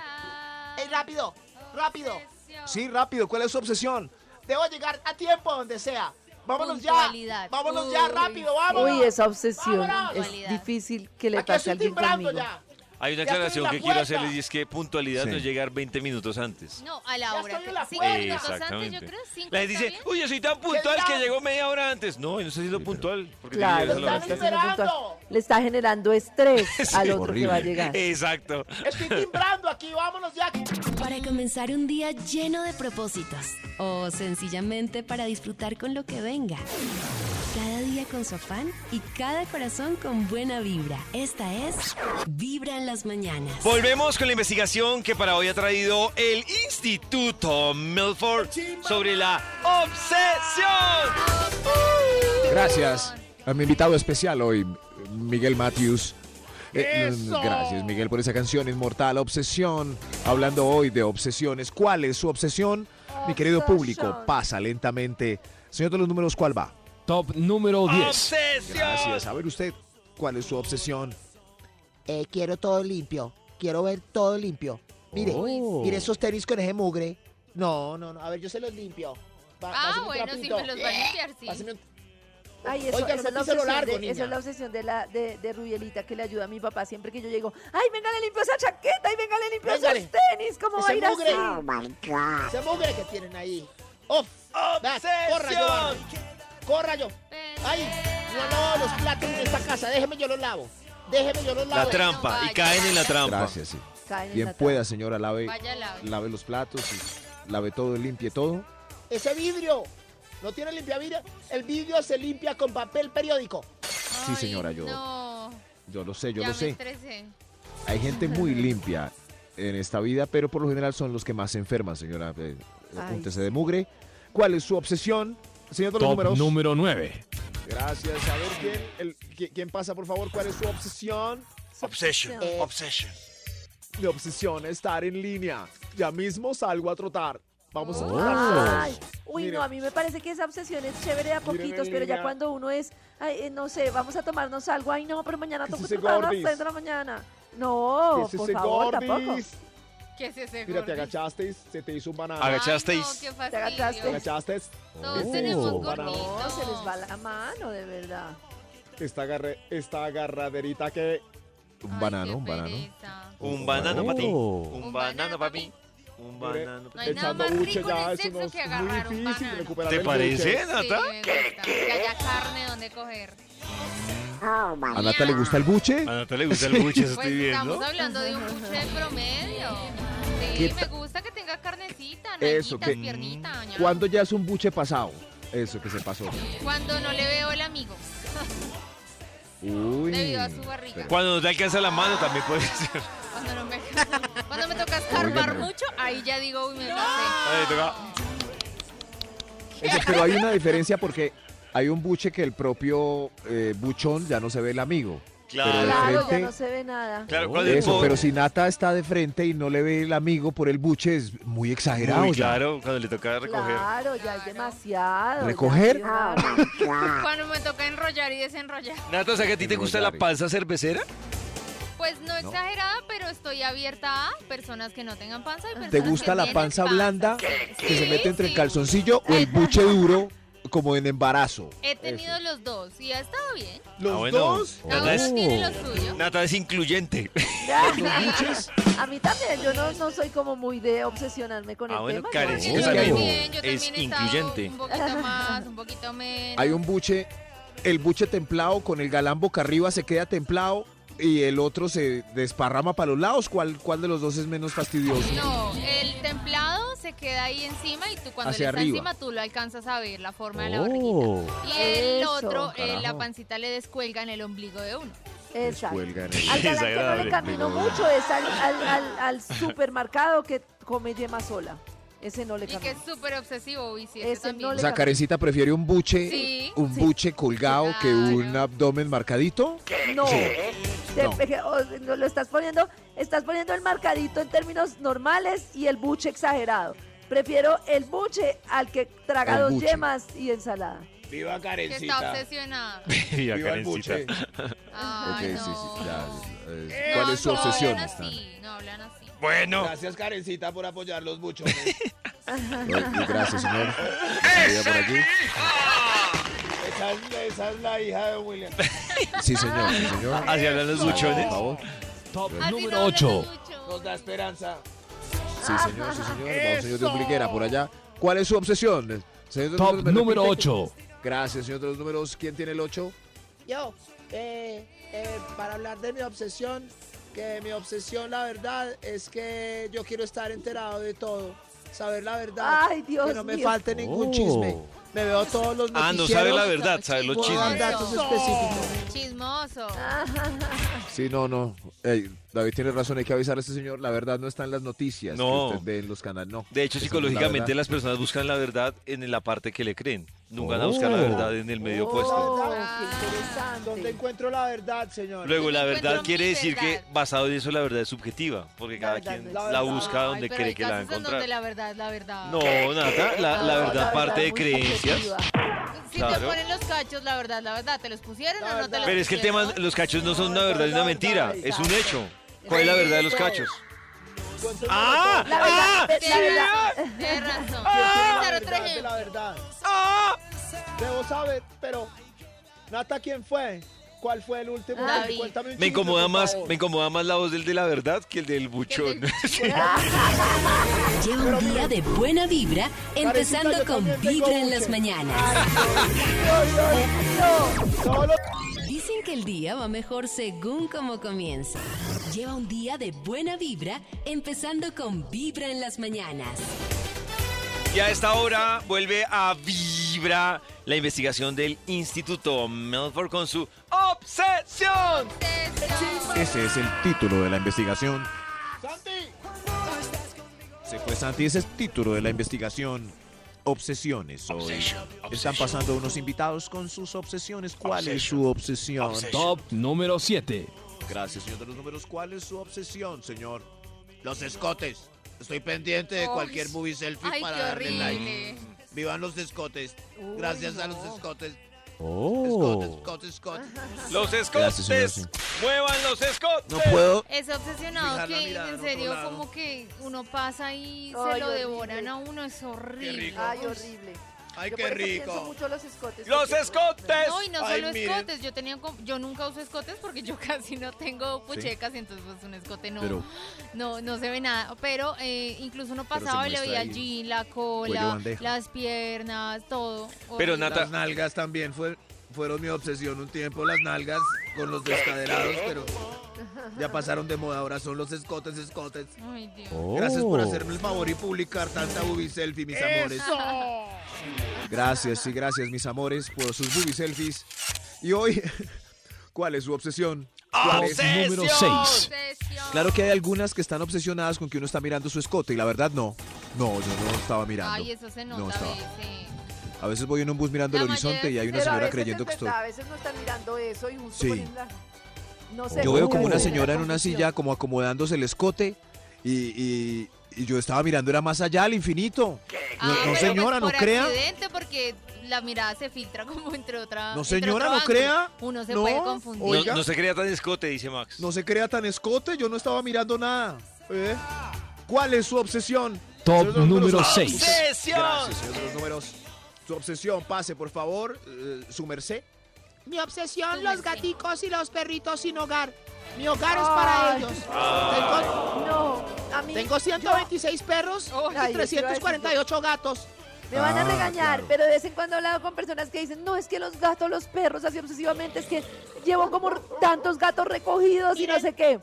[SPEAKER 7] ¡Ey, rápido! ¡Rápido!
[SPEAKER 3] Sí, rápido, ¿cuál es su obsesión?
[SPEAKER 7] Debo llegar a tiempo donde sea. ¡Vámonos ya!
[SPEAKER 4] Puntualidad.
[SPEAKER 7] ¡Vámonos ya,
[SPEAKER 4] Uy.
[SPEAKER 7] rápido, vámonos!
[SPEAKER 5] Uy, esa obsesión.
[SPEAKER 7] Vámonos.
[SPEAKER 5] Es
[SPEAKER 4] Actualidad.
[SPEAKER 5] difícil que le
[SPEAKER 7] Aquí
[SPEAKER 5] pase
[SPEAKER 7] estoy
[SPEAKER 5] a alguien
[SPEAKER 7] timbrando
[SPEAKER 5] conmigo.
[SPEAKER 7] ya.
[SPEAKER 2] Hay una
[SPEAKER 7] Ya estoy en
[SPEAKER 2] aclaración
[SPEAKER 7] la
[SPEAKER 2] que quiero
[SPEAKER 7] puerta.
[SPEAKER 2] hacerles y es que puntualidad
[SPEAKER 3] Sí.
[SPEAKER 2] no es llegar 20 minutos antes. Eh,
[SPEAKER 4] No, a la
[SPEAKER 7] Ya
[SPEAKER 4] hora.
[SPEAKER 7] estoy en la
[SPEAKER 4] Cinco
[SPEAKER 7] puerta.
[SPEAKER 4] minutos antes, yo
[SPEAKER 2] Exactamente.
[SPEAKER 4] creo. Cinco
[SPEAKER 2] La gente
[SPEAKER 4] está
[SPEAKER 2] dice,
[SPEAKER 4] bien.
[SPEAKER 2] uy, yo soy tan puntual
[SPEAKER 7] ¿Qué
[SPEAKER 2] que
[SPEAKER 7] tal?
[SPEAKER 2] llegó media hora antes. No, yo no estoy siendo puntual. Porque tengo que
[SPEAKER 5] Claro,
[SPEAKER 2] llegar a
[SPEAKER 5] claro,
[SPEAKER 2] la
[SPEAKER 5] está
[SPEAKER 7] Están
[SPEAKER 2] hora.
[SPEAKER 5] siendo
[SPEAKER 7] esperando.
[SPEAKER 5] puntual. Le está generando estrés al otro que va a
[SPEAKER 3] horrible.
[SPEAKER 5] llegar.
[SPEAKER 2] Exacto.
[SPEAKER 7] Estoy timbrando aquí, vámonos ya.
[SPEAKER 1] Para comenzar un día lleno de propósitos o sencillamente para disfrutar con lo que venga. Cada día con su afán y cada corazón con buena vibra. Esta es Vibra en las mañanas.
[SPEAKER 2] Volvemos con la investigación que para hoy ha traído el Instituto Milford sobre la obsesión.
[SPEAKER 3] Gracias a mi invitado especial hoy, Miguel Matthews. Eh,
[SPEAKER 7] ¡Eso!
[SPEAKER 3] gracias Miguel por esa canción inmortal, Obsesión. Hablando hoy de obsesiones, ¿cuál es su obsesión? Mi querido público,
[SPEAKER 5] Obsesión.
[SPEAKER 3] pasa lentamente. Señor de los números, ¿cuál va?
[SPEAKER 8] Top número
[SPEAKER 2] Oh, Ah,
[SPEAKER 8] 10.
[SPEAKER 2] Obsesión.
[SPEAKER 3] Gracias. A ver usted, ¿cuál es su obsesión?
[SPEAKER 9] Eh, quiero todo limpio. Quiero ver todo limpio. Mire,
[SPEAKER 8] Oh.
[SPEAKER 9] mire esos tenis con ese mugre. No, no, no. A ver, yo se los limpio. Va-
[SPEAKER 4] Ah,
[SPEAKER 9] páseme un
[SPEAKER 4] bueno, si
[SPEAKER 9] trapito.
[SPEAKER 4] me los va a limpiar, sí.
[SPEAKER 9] Páseme un-
[SPEAKER 5] Ay, eso,
[SPEAKER 9] Oiga,
[SPEAKER 5] esa
[SPEAKER 9] no
[SPEAKER 5] es la
[SPEAKER 9] me pise lo
[SPEAKER 5] obsesión,
[SPEAKER 9] largo,
[SPEAKER 5] de, esa es
[SPEAKER 9] niña.
[SPEAKER 5] la obsesión de, la, de, de Rubielita que le ayuda a mi papá siempre que yo llego. Ay, venga, le limpio esa chaqueta y venga, le limpio
[SPEAKER 9] Véngale.
[SPEAKER 5] esos tenis. ¿Cómo va a Oh,
[SPEAKER 9] Ese
[SPEAKER 5] ir así?
[SPEAKER 9] mugre. Ese mugre que tienen ahí. ¡Uf! Vea, ¡Corra yo!
[SPEAKER 2] Obsesión.
[SPEAKER 9] Barney. ¡Corra yo! ¡Ay! No, no, los platos en esta casa. Déjeme yo los lavo. Déjeme yo los
[SPEAKER 2] La
[SPEAKER 9] lavo.
[SPEAKER 2] trampa. Y
[SPEAKER 4] vaya.
[SPEAKER 2] caen en la trampa.
[SPEAKER 3] Gracias, sí.
[SPEAKER 5] Caen en
[SPEAKER 3] Bien
[SPEAKER 5] la
[SPEAKER 3] pueda, señora, lave,
[SPEAKER 4] Vaya lave.
[SPEAKER 3] lave los platos, y lave todo, limpie todo.
[SPEAKER 9] Ese vidrio. ¿No tiene limpia vidrio? El vidrio se limpia con papel periódico.
[SPEAKER 3] Sí, señora,
[SPEAKER 4] Ay,
[SPEAKER 3] yo-
[SPEAKER 4] No,
[SPEAKER 3] Yo lo sé, yo
[SPEAKER 4] ya
[SPEAKER 3] lo
[SPEAKER 4] me
[SPEAKER 3] sé.
[SPEAKER 4] estresé.
[SPEAKER 3] Hay gente muy limpia en esta vida, pero por lo general son los que más se enferman, señora. Eh,
[SPEAKER 5] Ay,
[SPEAKER 3] Apúntese de mugre. ¿Cuál es su obsesión? Señor de los
[SPEAKER 8] Top
[SPEAKER 3] números.
[SPEAKER 8] número 9.
[SPEAKER 3] Gracias. A ver, ¿quién, el- qui- quién pasa, por favor? ¿Cuál es su obsesión?
[SPEAKER 5] Obsession.
[SPEAKER 7] Obsession.
[SPEAKER 3] Mi obsesión es estar en línea. Ya mismo salgo a trotar. Vamos a
[SPEAKER 4] Oh.
[SPEAKER 3] trotar.
[SPEAKER 5] Ay, uy,
[SPEAKER 3] Mire.
[SPEAKER 5] no, a mí me parece que esa obsesión es chévere de a
[SPEAKER 3] Míreme,
[SPEAKER 5] poquitos, pero ya
[SPEAKER 3] niña.
[SPEAKER 5] cuando uno es, ay, eh, no sé, vamos a tomarnos algo, ay, no, pero mañana
[SPEAKER 3] ¿Qué
[SPEAKER 5] toco
[SPEAKER 3] es ese
[SPEAKER 5] tocar a las
[SPEAKER 3] gordis?
[SPEAKER 5] 3 de la mañana. No,
[SPEAKER 3] ¿Qué es
[SPEAKER 5] por
[SPEAKER 3] ese
[SPEAKER 5] favor,
[SPEAKER 3] gordis?
[SPEAKER 5] tampoco.
[SPEAKER 4] ¿Qué es ese
[SPEAKER 3] Mira, te
[SPEAKER 4] gordis?
[SPEAKER 3] agachaste, se te hizo un banano.
[SPEAKER 2] Haga-
[SPEAKER 4] Ay,
[SPEAKER 2] agachasteis.
[SPEAKER 4] no, qué fastidio.
[SPEAKER 5] Te agachaste.
[SPEAKER 3] Te agachaste,
[SPEAKER 4] Todos
[SPEAKER 3] Oh.
[SPEAKER 4] tenemos
[SPEAKER 3] Para-
[SPEAKER 4] gorditos.
[SPEAKER 5] No, se les va la mano, de verdad.
[SPEAKER 3] esta, agarre- esta agarraderita que...
[SPEAKER 4] Ay,
[SPEAKER 3] Un banano,
[SPEAKER 4] qué
[SPEAKER 3] un banano.
[SPEAKER 4] pereza.
[SPEAKER 2] Un banano para ti.
[SPEAKER 8] Oh.
[SPEAKER 2] Un banano para mí. Un banano
[SPEAKER 4] No
[SPEAKER 2] para
[SPEAKER 4] hay
[SPEAKER 2] ti.
[SPEAKER 4] nada
[SPEAKER 3] Echando
[SPEAKER 4] más
[SPEAKER 3] buche
[SPEAKER 4] rico en
[SPEAKER 3] ya,
[SPEAKER 4] el
[SPEAKER 3] eso
[SPEAKER 4] sexo
[SPEAKER 3] no es
[SPEAKER 4] que
[SPEAKER 3] muy
[SPEAKER 4] agarrar un
[SPEAKER 3] difícil
[SPEAKER 4] banano.
[SPEAKER 3] recuperar
[SPEAKER 2] ¿Te
[SPEAKER 3] el
[SPEAKER 2] parece,
[SPEAKER 3] buche.
[SPEAKER 4] Sí,
[SPEAKER 2] Nata?
[SPEAKER 4] me gusta. Que haya carne donde coger.
[SPEAKER 3] ¿A Nata le gusta el buche?
[SPEAKER 2] A Nata le gusta el buche, eso
[SPEAKER 4] Pues
[SPEAKER 2] estoy viendo.
[SPEAKER 4] estamos hablando de un buche de promedio.
[SPEAKER 3] ¿Qué
[SPEAKER 4] Sí, me
[SPEAKER 3] ta- Mm.
[SPEAKER 4] gusta que tenga carnecita,
[SPEAKER 3] Eso,
[SPEAKER 4] nalguitas,
[SPEAKER 3] que-
[SPEAKER 4] piernita. ña.
[SPEAKER 3] ¿Cuándo ya es un buche pasado? Eso que se pasó.
[SPEAKER 4] Cuando no le veo el amigo.
[SPEAKER 3] Uy.
[SPEAKER 4] Debido a su barriga.
[SPEAKER 2] Cuando no te alcanza la mano también puede ser.
[SPEAKER 4] Cuando, no me, cuando me toca escarbar
[SPEAKER 3] Óigame.
[SPEAKER 4] mucho, ahí ya digo, uy, me pasé.
[SPEAKER 2] Ahí toca.
[SPEAKER 3] Eso, pero hay una diferencia porque hay un buche que el propio eh, buchón ya no se ve el amigo.
[SPEAKER 2] Claro.
[SPEAKER 3] Pero de
[SPEAKER 5] Claro, ya
[SPEAKER 3] frente-
[SPEAKER 5] no se ve nada.
[SPEAKER 2] Claro, cuando el
[SPEAKER 3] Eso,
[SPEAKER 2] pobre-
[SPEAKER 3] pero si Nata está de frente y no le ve el amigo por el buche, es muy exagerado.
[SPEAKER 2] Muy
[SPEAKER 3] ya.
[SPEAKER 2] claro, cuando le toca recoger.
[SPEAKER 5] Claro, ya
[SPEAKER 4] Claro.
[SPEAKER 5] es demasiado. ya
[SPEAKER 3] ¿Recoger? Ah.
[SPEAKER 5] es una-
[SPEAKER 4] Cuando me toca enrollar y desenrollar.
[SPEAKER 2] Nata, o sea, que a ti te gusta la panza cervecera?
[SPEAKER 4] Pues no, exagerada, pero estoy abierta a personas que no tengan panza y personas
[SPEAKER 3] ¿Te gusta
[SPEAKER 4] que
[SPEAKER 3] la
[SPEAKER 4] tienen
[SPEAKER 3] panza blanda que se
[SPEAKER 4] Sí,
[SPEAKER 3] mete entre el
[SPEAKER 4] sí.
[SPEAKER 3] calzoncillo o el buche duro como en embarazo?
[SPEAKER 4] He tenido los dos y ha estado bien.
[SPEAKER 2] ¿Los
[SPEAKER 3] dos?
[SPEAKER 4] Cada
[SPEAKER 2] Nata, es,
[SPEAKER 4] uno tiene lo suyo.
[SPEAKER 2] Nata es incluyente.
[SPEAKER 5] A mí también, yo no, no soy como muy de obsesionarme con
[SPEAKER 2] Ah,
[SPEAKER 5] el
[SPEAKER 2] bueno,
[SPEAKER 5] tema. yo-
[SPEAKER 2] Karen,
[SPEAKER 4] Porque
[SPEAKER 3] es
[SPEAKER 4] yo
[SPEAKER 3] que
[SPEAKER 4] también, yo
[SPEAKER 2] es
[SPEAKER 4] también he estado
[SPEAKER 2] incluyente.
[SPEAKER 4] Un poquito más, un poquito menos.
[SPEAKER 3] Hay un buche el buche templado con el galán boca arriba se queda templado y el otro se desparrama para los lados. ¿Cuál, cuál de los dos es menos fastidioso?
[SPEAKER 4] No, el templado se queda ahí encima y tú cuando
[SPEAKER 3] Hacia
[SPEAKER 4] él está
[SPEAKER 3] arriba.
[SPEAKER 4] encima tú lo alcanzas a ver la forma de la barriguita.
[SPEAKER 2] Oh.
[SPEAKER 4] Y el
[SPEAKER 5] Eso,
[SPEAKER 4] otro, eh, la
[SPEAKER 3] carajo.
[SPEAKER 4] pancita le descuelga en el ombligo de uno.
[SPEAKER 5] Exacto.
[SPEAKER 3] Cuelga en el-
[SPEAKER 5] Al galán que no
[SPEAKER 2] Desagradable.
[SPEAKER 5] le caminó mucho es al, al, al, al supermercado que come yema sola. Ese no le
[SPEAKER 4] Y que es
[SPEAKER 5] caminó.
[SPEAKER 4] súper obsesivo, y si ese
[SPEAKER 5] Ese
[SPEAKER 4] también.
[SPEAKER 5] no
[SPEAKER 3] O sea, Karencita prefiere un buche,
[SPEAKER 4] Sí,
[SPEAKER 3] un
[SPEAKER 5] sí.
[SPEAKER 3] buche colgado que un
[SPEAKER 4] Claro.
[SPEAKER 3] abdomen marcadito.
[SPEAKER 5] No. Te-
[SPEAKER 3] No.
[SPEAKER 5] que- o- no, Lo estás poniendo, estás poniendo el marcadito en términos normales y el buche exagerado. Prefiero el buche al que traga
[SPEAKER 3] El
[SPEAKER 5] dos
[SPEAKER 3] buche.
[SPEAKER 5] yemas y ensalada.
[SPEAKER 9] Viva
[SPEAKER 4] que está
[SPEAKER 9] Karencita.
[SPEAKER 4] obsesionada.
[SPEAKER 2] Viva
[SPEAKER 9] Viva el
[SPEAKER 2] Karencita.
[SPEAKER 9] buche.
[SPEAKER 4] Ay,
[SPEAKER 3] Ok,
[SPEAKER 4] no.
[SPEAKER 3] sí, sí, ya, eh,
[SPEAKER 9] Eh,
[SPEAKER 3] ¿Cuál
[SPEAKER 4] No,
[SPEAKER 3] es su
[SPEAKER 4] no
[SPEAKER 3] obsesión?
[SPEAKER 4] Hablan así, no hablan así.
[SPEAKER 2] Bueno,
[SPEAKER 9] Gracias, Karencita, por apoyar los buchones.
[SPEAKER 3] Ay, Gracias, señor. Había por aquí.
[SPEAKER 9] esa, es, esa es la hija de William.
[SPEAKER 3] Sí, señor, sí, señor.
[SPEAKER 2] así hablan los buchones.
[SPEAKER 3] Por favor.
[SPEAKER 8] Top
[SPEAKER 4] Así no
[SPEAKER 8] número
[SPEAKER 4] hablan
[SPEAKER 8] 8.
[SPEAKER 4] los buchones.
[SPEAKER 9] Nos da esperanza.
[SPEAKER 3] Sí, señor, sí, señor. Vamos, señor de Ombliguera, por allá. ¿Cuál es su obsesión? Señor de los
[SPEAKER 8] Top
[SPEAKER 3] números, ¿me
[SPEAKER 8] número
[SPEAKER 3] repite?
[SPEAKER 8] 8.
[SPEAKER 3] Gracias, señor de los números. ¿Quién tiene el 8?
[SPEAKER 9] Yo, eh, eh, para hablar de mi obsesión, que mi obsesión, la verdad, es que yo quiero estar enterado de todo, saber la verdad,
[SPEAKER 5] Ay, Dios
[SPEAKER 9] que no me
[SPEAKER 5] mío.
[SPEAKER 9] falte ningún chisme. Me veo todos los
[SPEAKER 2] Oh. Ah, no
[SPEAKER 9] noticieros,
[SPEAKER 2] sabe la verdad, sabe los
[SPEAKER 9] puedo dar
[SPEAKER 2] chismes.
[SPEAKER 9] datos específicos.
[SPEAKER 4] Chismoso.
[SPEAKER 5] Ah.
[SPEAKER 3] Sí, no, no. Ey, David tiene razón, hay que avisar a este señor. La verdad no está en las noticias
[SPEAKER 2] No.
[SPEAKER 3] que usted ve en los canales. No.
[SPEAKER 2] De hecho,
[SPEAKER 3] Esa no es la
[SPEAKER 2] psicológicamente
[SPEAKER 3] verdad.
[SPEAKER 2] las personas buscan la verdad en la parte que le creen. Nunca van a
[SPEAKER 8] Oh.
[SPEAKER 2] buscar la verdad en el medio opuesto.
[SPEAKER 5] Oh,
[SPEAKER 4] Ah.
[SPEAKER 5] qué
[SPEAKER 9] ¿Dónde
[SPEAKER 5] interesante.
[SPEAKER 9] encuentro la verdad, señor?
[SPEAKER 2] Luego, la
[SPEAKER 4] encuentro
[SPEAKER 2] verdad
[SPEAKER 4] mi
[SPEAKER 2] quiere decir que
[SPEAKER 4] verdad.
[SPEAKER 2] basado en eso la verdad es subjetiva, porque cada
[SPEAKER 5] verdad
[SPEAKER 2] quien
[SPEAKER 5] no
[SPEAKER 2] la,
[SPEAKER 5] es verdad.
[SPEAKER 2] busca donde
[SPEAKER 4] Ay, pero
[SPEAKER 2] cree
[SPEAKER 4] hay
[SPEAKER 2] que la va a
[SPEAKER 4] casos en donde
[SPEAKER 2] encontrar.
[SPEAKER 4] la verdad es la verdad.
[SPEAKER 2] No, Nata, la, la
[SPEAKER 5] No,
[SPEAKER 2] verdad parte
[SPEAKER 5] Ah, es
[SPEAKER 2] de
[SPEAKER 5] muy
[SPEAKER 2] creencias.
[SPEAKER 5] subjetiva.
[SPEAKER 4] Si te
[SPEAKER 2] Claro.
[SPEAKER 4] ponen los cachos, la verdad, la verdad, ¿te los pusieron
[SPEAKER 9] La
[SPEAKER 4] o no te
[SPEAKER 9] verdad.
[SPEAKER 4] los pusieron?
[SPEAKER 2] Pero es que el tema, los cachos no son una verdad y una mentira, es un hecho. ¿Cuál es la verdad de los cachos?
[SPEAKER 9] Encuéntrame
[SPEAKER 2] ¡Ah!
[SPEAKER 5] La verdad,
[SPEAKER 2] ¡Ah!
[SPEAKER 5] la
[SPEAKER 4] Tienes
[SPEAKER 5] verdad.
[SPEAKER 4] razón, tienes razón.
[SPEAKER 9] la
[SPEAKER 4] Quiero
[SPEAKER 9] verdad
[SPEAKER 4] dar otro
[SPEAKER 9] de
[SPEAKER 4] ejemplo.
[SPEAKER 9] la verdad. Debo saber, pero Nata, ¿quién fue? ¿Cuál fue el último?
[SPEAKER 4] David.
[SPEAKER 9] Cuéntame un
[SPEAKER 2] Me
[SPEAKER 9] chisme,
[SPEAKER 2] incomoda
[SPEAKER 9] por
[SPEAKER 2] más,
[SPEAKER 9] favor.
[SPEAKER 2] me incomoda más la voz del de la verdad que el del buchón.
[SPEAKER 1] Lleva un día de buena vibra, empezando
[SPEAKER 9] yo
[SPEAKER 1] con
[SPEAKER 9] también tengo
[SPEAKER 1] Vibra en
[SPEAKER 9] buche.
[SPEAKER 1] las mañanas.
[SPEAKER 9] Solo-
[SPEAKER 1] Dicen que el día va mejor según como comienza. Lleva un día de buena vibra, empezando con Vibra en las mañanas.
[SPEAKER 2] Y a esta hora vuelve a Vibra la investigación del Instituto Melford con su obsesión.
[SPEAKER 3] Ese es el título de la investigación. Se fue Santi, ese es el título de la investigación. Obsesiones hoy. Están pasando unos invitados con sus obsesiones. ¿Cuál es su obsesión?
[SPEAKER 8] Top número 7.
[SPEAKER 3] Gracias, señor de los números. ¿Cuál es su obsesión, señor?
[SPEAKER 6] Los escotes. Estoy pendiente de
[SPEAKER 4] Ay,
[SPEAKER 6] cualquier movie selfie
[SPEAKER 4] Ay,
[SPEAKER 6] para
[SPEAKER 4] qué
[SPEAKER 6] darle like.
[SPEAKER 4] horrible.
[SPEAKER 6] Vivan los escotes.
[SPEAKER 5] Uy,
[SPEAKER 6] Gracias a
[SPEAKER 5] no.
[SPEAKER 6] los escotes. Escotes,
[SPEAKER 8] Oh.
[SPEAKER 6] escotes, escotes.
[SPEAKER 2] Los
[SPEAKER 3] Gracias, señor,
[SPEAKER 2] escotes.
[SPEAKER 3] sí.
[SPEAKER 2] Muevan los escotes.
[SPEAKER 6] No puedo.
[SPEAKER 4] Es obsesionado
[SPEAKER 6] Fijar la
[SPEAKER 4] que,
[SPEAKER 6] mirada en
[SPEAKER 4] en
[SPEAKER 6] otro
[SPEAKER 4] serio,
[SPEAKER 6] lado.
[SPEAKER 4] como que uno pasa y se
[SPEAKER 5] Ay,
[SPEAKER 4] lo
[SPEAKER 5] horrible.
[SPEAKER 4] devoran a uno, es horrible.
[SPEAKER 5] Ay, horrible.
[SPEAKER 6] Ay,
[SPEAKER 5] Yo
[SPEAKER 6] qué
[SPEAKER 5] por eso pienso
[SPEAKER 6] rico.
[SPEAKER 5] mucho los escotes.
[SPEAKER 2] Los
[SPEAKER 5] porque-
[SPEAKER 2] escotes.
[SPEAKER 4] No, y no
[SPEAKER 6] Ay,
[SPEAKER 4] solo
[SPEAKER 6] miren.
[SPEAKER 4] escotes, yo tenía un- yo nunca uso escotes porque yo casi no tengo puchecas y entonces pues un escote no
[SPEAKER 3] Pero-
[SPEAKER 4] no no se ve nada, pero eh, incluso uno
[SPEAKER 3] Pero se
[SPEAKER 4] pasaba y le
[SPEAKER 3] muestra
[SPEAKER 4] veía
[SPEAKER 3] ahí
[SPEAKER 4] el jean, la
[SPEAKER 3] cuello
[SPEAKER 4] cola,
[SPEAKER 3] bandeja.
[SPEAKER 4] las piernas, todo.
[SPEAKER 2] Pero
[SPEAKER 4] horrible.
[SPEAKER 2] Nata,
[SPEAKER 6] Las nalgas también fue- fueron mi obsesión un tiempo. Las nalgas con los descaderados, pero ya pasaron de moda. Ahora son los escotes, escotes.
[SPEAKER 4] Ay, Dios.
[SPEAKER 3] Oh.
[SPEAKER 6] Gracias por hacerme el favor y publicar tanta boobie selfie, mis amores.
[SPEAKER 3] Gracias, y gracias, mis amores, por sus booby selfies. Y hoy, ¿cuál es su obsesión?
[SPEAKER 6] Ah,
[SPEAKER 3] ¿Cuál es?
[SPEAKER 8] Oh. Top número 6.
[SPEAKER 4] Obsesión.
[SPEAKER 3] Claro que hay algunas que están obsesionadas con que uno está mirando su escote y la verdad no. No, yo no estaba mirando.
[SPEAKER 4] Ay, eso se nota
[SPEAKER 3] No
[SPEAKER 4] a
[SPEAKER 3] estaba.
[SPEAKER 4] veces.
[SPEAKER 3] A veces voy en un bus mirando
[SPEAKER 4] La
[SPEAKER 3] el horizonte
[SPEAKER 4] mayoría-
[SPEAKER 3] y hay una
[SPEAKER 5] Pero a
[SPEAKER 3] señora
[SPEAKER 5] veces
[SPEAKER 3] creyendo
[SPEAKER 5] es
[SPEAKER 3] que estoy.
[SPEAKER 5] verdad, A veces no están mirando eso y justo
[SPEAKER 3] Sí.
[SPEAKER 5] ponen la- No sé.
[SPEAKER 3] Yo
[SPEAKER 5] voy
[SPEAKER 3] veo
[SPEAKER 5] a
[SPEAKER 3] como una
[SPEAKER 5] hacer la
[SPEAKER 3] señora en una
[SPEAKER 5] confusión.
[SPEAKER 3] silla como acomodándose el escote y, y- y yo estaba mirando era más allá al infinito.
[SPEAKER 4] Ah,
[SPEAKER 3] No,
[SPEAKER 4] pero
[SPEAKER 3] no, señora,
[SPEAKER 4] pues
[SPEAKER 3] no
[SPEAKER 4] por
[SPEAKER 3] crea.
[SPEAKER 4] accidente, porque la mirada se filtra como entre otra.
[SPEAKER 3] No,
[SPEAKER 4] entre
[SPEAKER 3] señora,
[SPEAKER 4] otro
[SPEAKER 3] no
[SPEAKER 4] ángulo.
[SPEAKER 3] crea.
[SPEAKER 4] Uno se
[SPEAKER 3] No,
[SPEAKER 4] puede confundir.
[SPEAKER 2] no,
[SPEAKER 3] Oiga.
[SPEAKER 2] no se crea tan escote, dice Max.
[SPEAKER 3] No se crea tan escote, yo no estaba mirando nada. ¿eh? ¿Cuál es su obsesión?
[SPEAKER 8] Top
[SPEAKER 3] Señor de los números,
[SPEAKER 8] número
[SPEAKER 3] ah,
[SPEAKER 8] 6.
[SPEAKER 3] Gracias, señor de los números. Su obsesión, pase, por favor, eh, su merced.
[SPEAKER 7] Mi obsesión, los
[SPEAKER 4] Súmese.
[SPEAKER 7] gaticos y los perritos sin hogar. Mi hogar es para
[SPEAKER 5] Ay.
[SPEAKER 7] ellos. Tengo,
[SPEAKER 5] No, a mí.
[SPEAKER 7] tengo
[SPEAKER 5] yo-
[SPEAKER 7] 126 perros
[SPEAKER 5] Ay,
[SPEAKER 7] y 348 gatos.
[SPEAKER 5] Me van a
[SPEAKER 10] Ah,
[SPEAKER 5] regañar,
[SPEAKER 10] claro.
[SPEAKER 5] pero de vez en cuando he hablado con personas que dicen, no, es que los gatos, los perros, así obsesivamente, es que llevo como r- tantos gatos recogidos y no
[SPEAKER 11] Miren.
[SPEAKER 5] sé qué.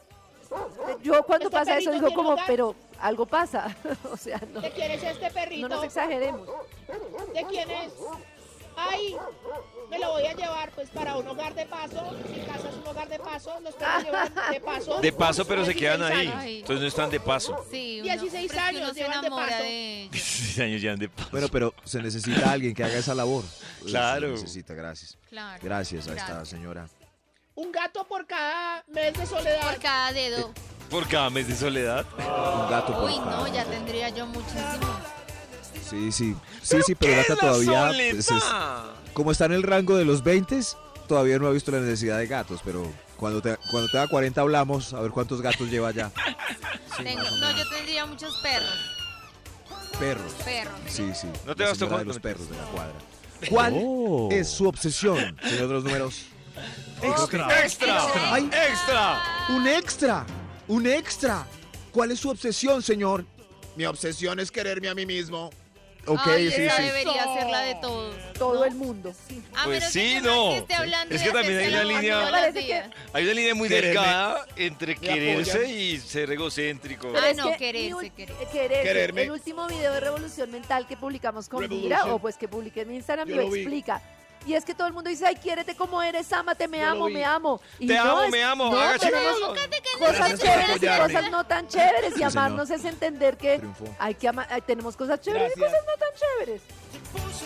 [SPEAKER 5] Yo cuando
[SPEAKER 11] Este
[SPEAKER 5] pasa eso
[SPEAKER 11] perrito
[SPEAKER 5] digo
[SPEAKER 11] tiene
[SPEAKER 5] como,
[SPEAKER 11] hogar.
[SPEAKER 5] pero algo pasa. o sea, no,
[SPEAKER 11] ¿De quién es este perrito?
[SPEAKER 5] no nos exageremos.
[SPEAKER 11] ¿De quién es? Ay, me lo voy a llevar pues para un hogar de paso. Mi casa es un hogar de paso. Los perros llevan de paso.
[SPEAKER 2] De paso, pero se quedan
[SPEAKER 11] 16
[SPEAKER 2] ahí.
[SPEAKER 11] años.
[SPEAKER 4] Ay.
[SPEAKER 2] Entonces no están de paso.
[SPEAKER 4] Sí,
[SPEAKER 11] 16
[SPEAKER 4] pero es que
[SPEAKER 11] años,
[SPEAKER 4] uno se
[SPEAKER 11] llevan de
[SPEAKER 4] enamora
[SPEAKER 11] paso.
[SPEAKER 4] de ellos.
[SPEAKER 2] 16 años llevan de paso.
[SPEAKER 3] Bueno, pero se necesita alguien que haga esa labor.
[SPEAKER 2] Claro.
[SPEAKER 3] Se necesita, gracias.
[SPEAKER 4] Claro.
[SPEAKER 3] Gracias a esta
[SPEAKER 4] Gracias.
[SPEAKER 3] señora.
[SPEAKER 11] Un gato por cada mes de soledad.
[SPEAKER 4] Por cada dedo.
[SPEAKER 2] Por cada mes de soledad.
[SPEAKER 3] Un gato por
[SPEAKER 4] Uy, no,
[SPEAKER 3] cada-
[SPEAKER 4] ya tendría yo muchísimo.
[SPEAKER 3] Sí, sí. Sí, sí, pero gata todavía. pues, es- como está en el rango de los 20, todavía no ha visto la necesidad de gatos, pero cuando te, cuando te da 40 hablamos, a ver cuántos gatos lleva ya.
[SPEAKER 4] Tengo- no, yo tendría muchos perros.
[SPEAKER 3] Perros.
[SPEAKER 4] Perros.
[SPEAKER 3] Sí, sí.
[SPEAKER 2] No te
[SPEAKER 3] la
[SPEAKER 2] vas tocando.
[SPEAKER 3] señora de los perros de la cuadra. ¿Cuál es su obsesión, señor de los números?
[SPEAKER 8] Extra.
[SPEAKER 2] ¡Extra!
[SPEAKER 3] Ay.
[SPEAKER 2] ¡Extra!
[SPEAKER 3] Un extra. Un extra. ¿Cuál es su obsesión, señor?
[SPEAKER 9] Mi obsesión es quererme a mí mismo.
[SPEAKER 3] Ok,
[SPEAKER 4] Ay,
[SPEAKER 3] sí,
[SPEAKER 4] esa
[SPEAKER 3] sí.
[SPEAKER 4] debería ser la de todos.
[SPEAKER 5] Todo
[SPEAKER 4] ¿no?
[SPEAKER 5] el mundo.
[SPEAKER 4] A
[SPEAKER 2] Pues
[SPEAKER 4] menos
[SPEAKER 2] sí,
[SPEAKER 4] que
[SPEAKER 2] no.
[SPEAKER 4] Max esté hablando
[SPEAKER 2] Es
[SPEAKER 4] de
[SPEAKER 2] que también hay
[SPEAKER 4] hacerse
[SPEAKER 2] una
[SPEAKER 4] la
[SPEAKER 2] línea-
[SPEAKER 4] mamá todos los
[SPEAKER 5] Parece
[SPEAKER 4] días.
[SPEAKER 2] Hay una línea muy
[SPEAKER 3] Quererme.
[SPEAKER 2] delgada entre
[SPEAKER 9] Me apoyan.
[SPEAKER 2] quererse y ser egocéntrico.
[SPEAKER 4] Ah,
[SPEAKER 5] Pero es
[SPEAKER 4] no,
[SPEAKER 5] que mi
[SPEAKER 4] quererse,
[SPEAKER 5] ul-
[SPEAKER 4] quererse.
[SPEAKER 5] quererse.
[SPEAKER 9] Quererme.
[SPEAKER 5] El último video de Revolución Mental que publicamos con Mira,
[SPEAKER 9] Revolución.
[SPEAKER 5] o pues que publiqué en mi Instagram,
[SPEAKER 9] Yo
[SPEAKER 5] lo,
[SPEAKER 9] lo vi.
[SPEAKER 5] explica. Y es que todo el mundo dice, ay, quiérete como eres, ámate, me
[SPEAKER 9] Yo lo
[SPEAKER 5] amo,
[SPEAKER 9] vi.
[SPEAKER 5] me amo. Y
[SPEAKER 2] Te
[SPEAKER 5] no,
[SPEAKER 2] amo,
[SPEAKER 5] es-
[SPEAKER 2] me amo.
[SPEAKER 5] no,
[SPEAKER 2] hágase
[SPEAKER 5] tenemos
[SPEAKER 2] caso.
[SPEAKER 5] cosas
[SPEAKER 3] Gracias por
[SPEAKER 5] chéveres y
[SPEAKER 3] apoyarme.
[SPEAKER 5] cosas no tan chéveres. Y
[SPEAKER 3] Sí, señor.
[SPEAKER 5] amarnos es entender que
[SPEAKER 3] Triunfó.
[SPEAKER 5] hay que ama- ay, tenemos cosas chéveres y
[SPEAKER 9] Gracias.
[SPEAKER 5] cosas no tan chéveres.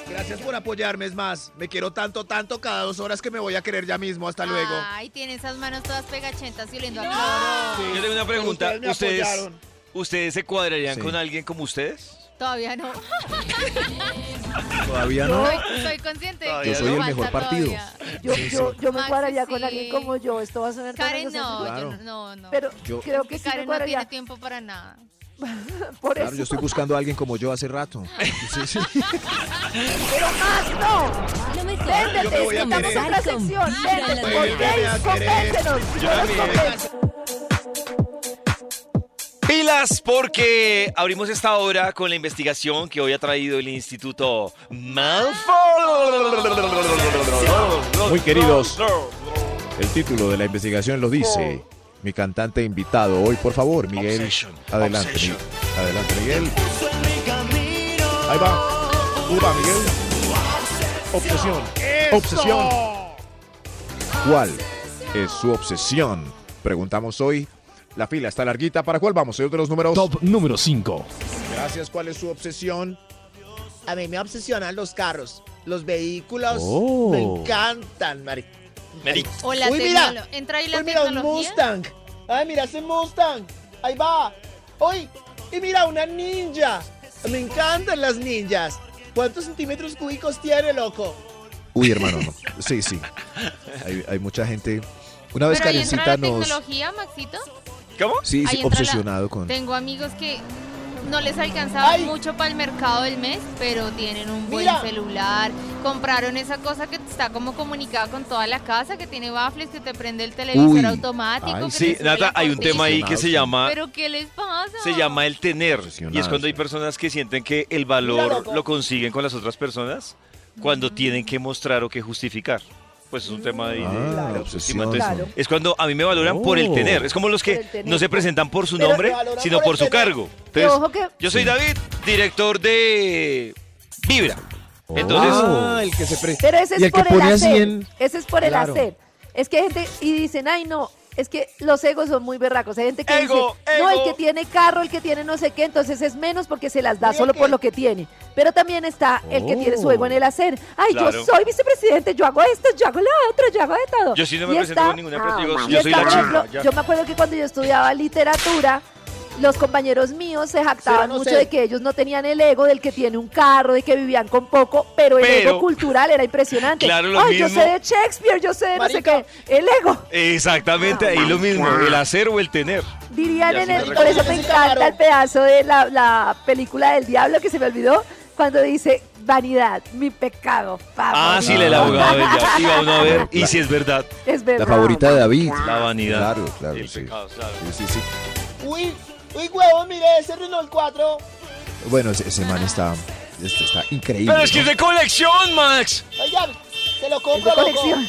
[SPEAKER 9] Gracias por apoyarme, es más. Me quiero tanto, tanto cada dos horas que me voy a querer ya mismo. Hasta luego.
[SPEAKER 4] Ay, tiene esas manos todas pegachentas y oliendo a cloro.
[SPEAKER 2] Yo tengo una pregunta.
[SPEAKER 9] Ustedes me
[SPEAKER 2] ¿Ustedes,
[SPEAKER 9] apoyaron.
[SPEAKER 2] ¿ustedes se cuadrarían
[SPEAKER 3] Sí.
[SPEAKER 2] con alguien como ustedes?
[SPEAKER 4] Todavía no.
[SPEAKER 3] Todavía no.
[SPEAKER 4] Soy, soy consciente de que
[SPEAKER 2] Yo soy
[SPEAKER 4] me
[SPEAKER 3] el
[SPEAKER 4] falta
[SPEAKER 3] mejor partido.
[SPEAKER 4] todavía.
[SPEAKER 5] Yo, yo, yo me
[SPEAKER 4] Maxi,
[SPEAKER 5] cuadraría con
[SPEAKER 4] sí.
[SPEAKER 5] alguien como yo. Esto va a sonar tan
[SPEAKER 4] Karen
[SPEAKER 5] egocéntrico,
[SPEAKER 4] no,
[SPEAKER 3] Claro.
[SPEAKER 4] yo no, no, no.
[SPEAKER 5] Pero
[SPEAKER 3] Yo-
[SPEAKER 5] creo que
[SPEAKER 4] Que
[SPEAKER 5] sí me
[SPEAKER 4] Karen no tiene
[SPEAKER 5] cuadraría.
[SPEAKER 4] tiempo para nada.
[SPEAKER 5] Por
[SPEAKER 3] Claro,
[SPEAKER 5] eso.
[SPEAKER 3] yo estoy buscando a alguien como yo hace rato. Sí, sí.
[SPEAKER 5] Pero más no.
[SPEAKER 1] Lo
[SPEAKER 9] Yo me
[SPEAKER 5] Véndete,
[SPEAKER 9] voy
[SPEAKER 5] estamos
[SPEAKER 9] a
[SPEAKER 5] en
[SPEAKER 9] querer.
[SPEAKER 5] otra sección.
[SPEAKER 1] Vibra en
[SPEAKER 5] Véndete,
[SPEAKER 1] las mañanas.
[SPEAKER 5] ¿por qué?
[SPEAKER 9] Yo me voy a querer.
[SPEAKER 5] Convéncenos,
[SPEAKER 9] Yo
[SPEAKER 5] nos
[SPEAKER 9] me-
[SPEAKER 5] convence.
[SPEAKER 2] Pilas, porque abrimos esta hora con la investigación que hoy ha traído el Instituto Malfoy.
[SPEAKER 3] Muy queridos, el título de la investigación lo dice. Mi cantante invitado hoy, por favor, Miguel.
[SPEAKER 2] Obsession,
[SPEAKER 3] adelante,
[SPEAKER 2] obsession.
[SPEAKER 3] Mi- adelante, Miguel. Ahí va. Uva, Miguel. Obsesión. Obsesión. ¿Cuál es su obsesión? Preguntamos hoy. La fila está larguita. ¿Para cuál vamos, señor de los números?
[SPEAKER 8] Top número 5.
[SPEAKER 3] Gracias. ¿Cuál es su obsesión?
[SPEAKER 9] A mí me obsesionan los carros, los vehículos.
[SPEAKER 8] Oh.
[SPEAKER 9] Me encantan, Mari.
[SPEAKER 2] Mari.
[SPEAKER 4] O la
[SPEAKER 9] Uy, mira.
[SPEAKER 4] tecnología. Entra ahí la
[SPEAKER 9] Uy, mira, un
[SPEAKER 4] tecnología.
[SPEAKER 9] Mustang. Ay, mira ese Mustang. Ahí va. Uy, y mira, una ninja. Me encantan las ninjas. ¿Cuántos centímetros cúbicos tiene, loco?
[SPEAKER 3] Uy, hermano, no. Sí, sí. Hay, hay mucha gente. Una vez
[SPEAKER 4] Pero ahí entra la
[SPEAKER 3] Karencita nos.
[SPEAKER 4] tecnología, Maxito.
[SPEAKER 2] ¿Cómo?
[SPEAKER 3] Sí,
[SPEAKER 4] Ahí
[SPEAKER 3] sí,
[SPEAKER 4] entra la-
[SPEAKER 3] obsesionado con.
[SPEAKER 4] Tengo amigos que no les alcanzaba
[SPEAKER 9] ¡Ay!
[SPEAKER 4] mucho para el mercado del mes, pero tienen un buen
[SPEAKER 9] Mira.
[SPEAKER 4] celular. Compraron esa cosa que está como comunicada con toda la casa, que tiene baffles, que te prende el televisor
[SPEAKER 3] Uy.
[SPEAKER 4] automático.
[SPEAKER 3] Ay,
[SPEAKER 4] que
[SPEAKER 2] Sí,
[SPEAKER 4] te sube
[SPEAKER 2] Nata,
[SPEAKER 4] la
[SPEAKER 2] hay un
[SPEAKER 4] cortina.
[SPEAKER 2] tema ahí que se llama
[SPEAKER 4] ¿Pero qué les pasa?
[SPEAKER 2] Ah. se llama el tener y es
[SPEAKER 3] Obsesionados.
[SPEAKER 2] cuando hay personas que sienten que el valor
[SPEAKER 9] loco.
[SPEAKER 2] lo consiguen con las otras personas cuando
[SPEAKER 5] Mm.
[SPEAKER 2] tienen que mostrar o que justificar. Pues es un tema de, de-
[SPEAKER 3] Ah,
[SPEAKER 2] de
[SPEAKER 3] la
[SPEAKER 2] autoestima.
[SPEAKER 3] obsesión.
[SPEAKER 2] Entonces,
[SPEAKER 5] Claro.
[SPEAKER 2] Es cuando a mí me valoran por el
[SPEAKER 8] Oh.
[SPEAKER 2] tener. Es como los
[SPEAKER 5] Por
[SPEAKER 2] que
[SPEAKER 5] el tener.
[SPEAKER 2] no se presentan por su
[SPEAKER 9] Pero
[SPEAKER 2] nombre,
[SPEAKER 9] te valoran
[SPEAKER 2] sino
[SPEAKER 9] por el
[SPEAKER 2] por su
[SPEAKER 9] tener.
[SPEAKER 2] cargo.
[SPEAKER 5] Que
[SPEAKER 2] Entonces,
[SPEAKER 5] ojo que
[SPEAKER 2] yo soy David, director de Vibra. Entonces,
[SPEAKER 3] Ah, el que se pre-
[SPEAKER 5] Pero ese
[SPEAKER 3] Y
[SPEAKER 5] es
[SPEAKER 3] el que
[SPEAKER 5] por el
[SPEAKER 3] pone a
[SPEAKER 5] hacer.
[SPEAKER 3] 100,
[SPEAKER 5] Ese es por el
[SPEAKER 3] claro.
[SPEAKER 5] hacer. Es que hay gente y dicen, ay no, es que los egos son muy berracos. Hay gente que
[SPEAKER 2] Ego,
[SPEAKER 5] dice, no, el
[SPEAKER 2] ego.
[SPEAKER 5] que tiene carro, el que tiene no sé qué, entonces es menos porque se las da
[SPEAKER 9] Mira
[SPEAKER 5] solo
[SPEAKER 9] que- Oh.
[SPEAKER 5] por lo que tiene. Pero también está el que tiene su ego en el hacer. Ay,
[SPEAKER 2] Claro.
[SPEAKER 5] yo soy vicepresidente, yo hago esto, yo hago lo otro, yo hago de todo.
[SPEAKER 2] yo sí no me
[SPEAKER 5] Y
[SPEAKER 2] presento
[SPEAKER 5] está-
[SPEAKER 2] con ninguna empresa, digo,
[SPEAKER 5] y
[SPEAKER 2] yo soy
[SPEAKER 5] está,
[SPEAKER 2] la
[SPEAKER 5] por
[SPEAKER 2] chimba.
[SPEAKER 5] ejemplo,
[SPEAKER 2] ya.
[SPEAKER 5] Yo me acuerdo que cuando yo estudiaba literatura, los compañeros míos se jactaban
[SPEAKER 9] Pero no
[SPEAKER 5] mucho
[SPEAKER 9] sé.
[SPEAKER 5] de que ellos no tenían el ego del que tiene un carro, de que vivían con poco, pero el
[SPEAKER 2] Pero-
[SPEAKER 5] ego cultural era impresionante.
[SPEAKER 2] Claro, lo
[SPEAKER 5] Ay, yo
[SPEAKER 2] mismo.
[SPEAKER 5] sé de Shakespeare, yo sé de no sé
[SPEAKER 9] Marica.
[SPEAKER 5] qué. El ego,
[SPEAKER 2] Exactamente, ahí lo mismo,
[SPEAKER 3] Ah.
[SPEAKER 2] el hacer o el tener.
[SPEAKER 5] dirían
[SPEAKER 2] Ya
[SPEAKER 5] en
[SPEAKER 2] sí me
[SPEAKER 5] el... Por eso
[SPEAKER 9] recuerdo.
[SPEAKER 5] me
[SPEAKER 9] Ese
[SPEAKER 5] encanta
[SPEAKER 9] camarón.
[SPEAKER 5] el pedazo de la, la película del diablo que se me olvidó, cuando dice, vanidad, mi pecado.
[SPEAKER 2] Ah, sí,
[SPEAKER 5] favorito".
[SPEAKER 2] el abogado del diablo. Iba uno a ver, y si es verdad,
[SPEAKER 5] Es verdad.
[SPEAKER 3] La favorita de David.
[SPEAKER 2] la vanidad.
[SPEAKER 3] Claro, claro,
[SPEAKER 2] El
[SPEAKER 3] sí.
[SPEAKER 2] pecado, claro.
[SPEAKER 3] Sí, sí, sí.
[SPEAKER 9] Uy, uy, huevo, mire ese Renault 4.
[SPEAKER 3] Bueno, ese, ese man está. este está increíble.
[SPEAKER 2] Pero es que
[SPEAKER 3] ¿no?
[SPEAKER 2] es de colección, Max.
[SPEAKER 7] Oigan, se lo
[SPEAKER 5] Es de
[SPEAKER 7] compro, loco.
[SPEAKER 5] colección.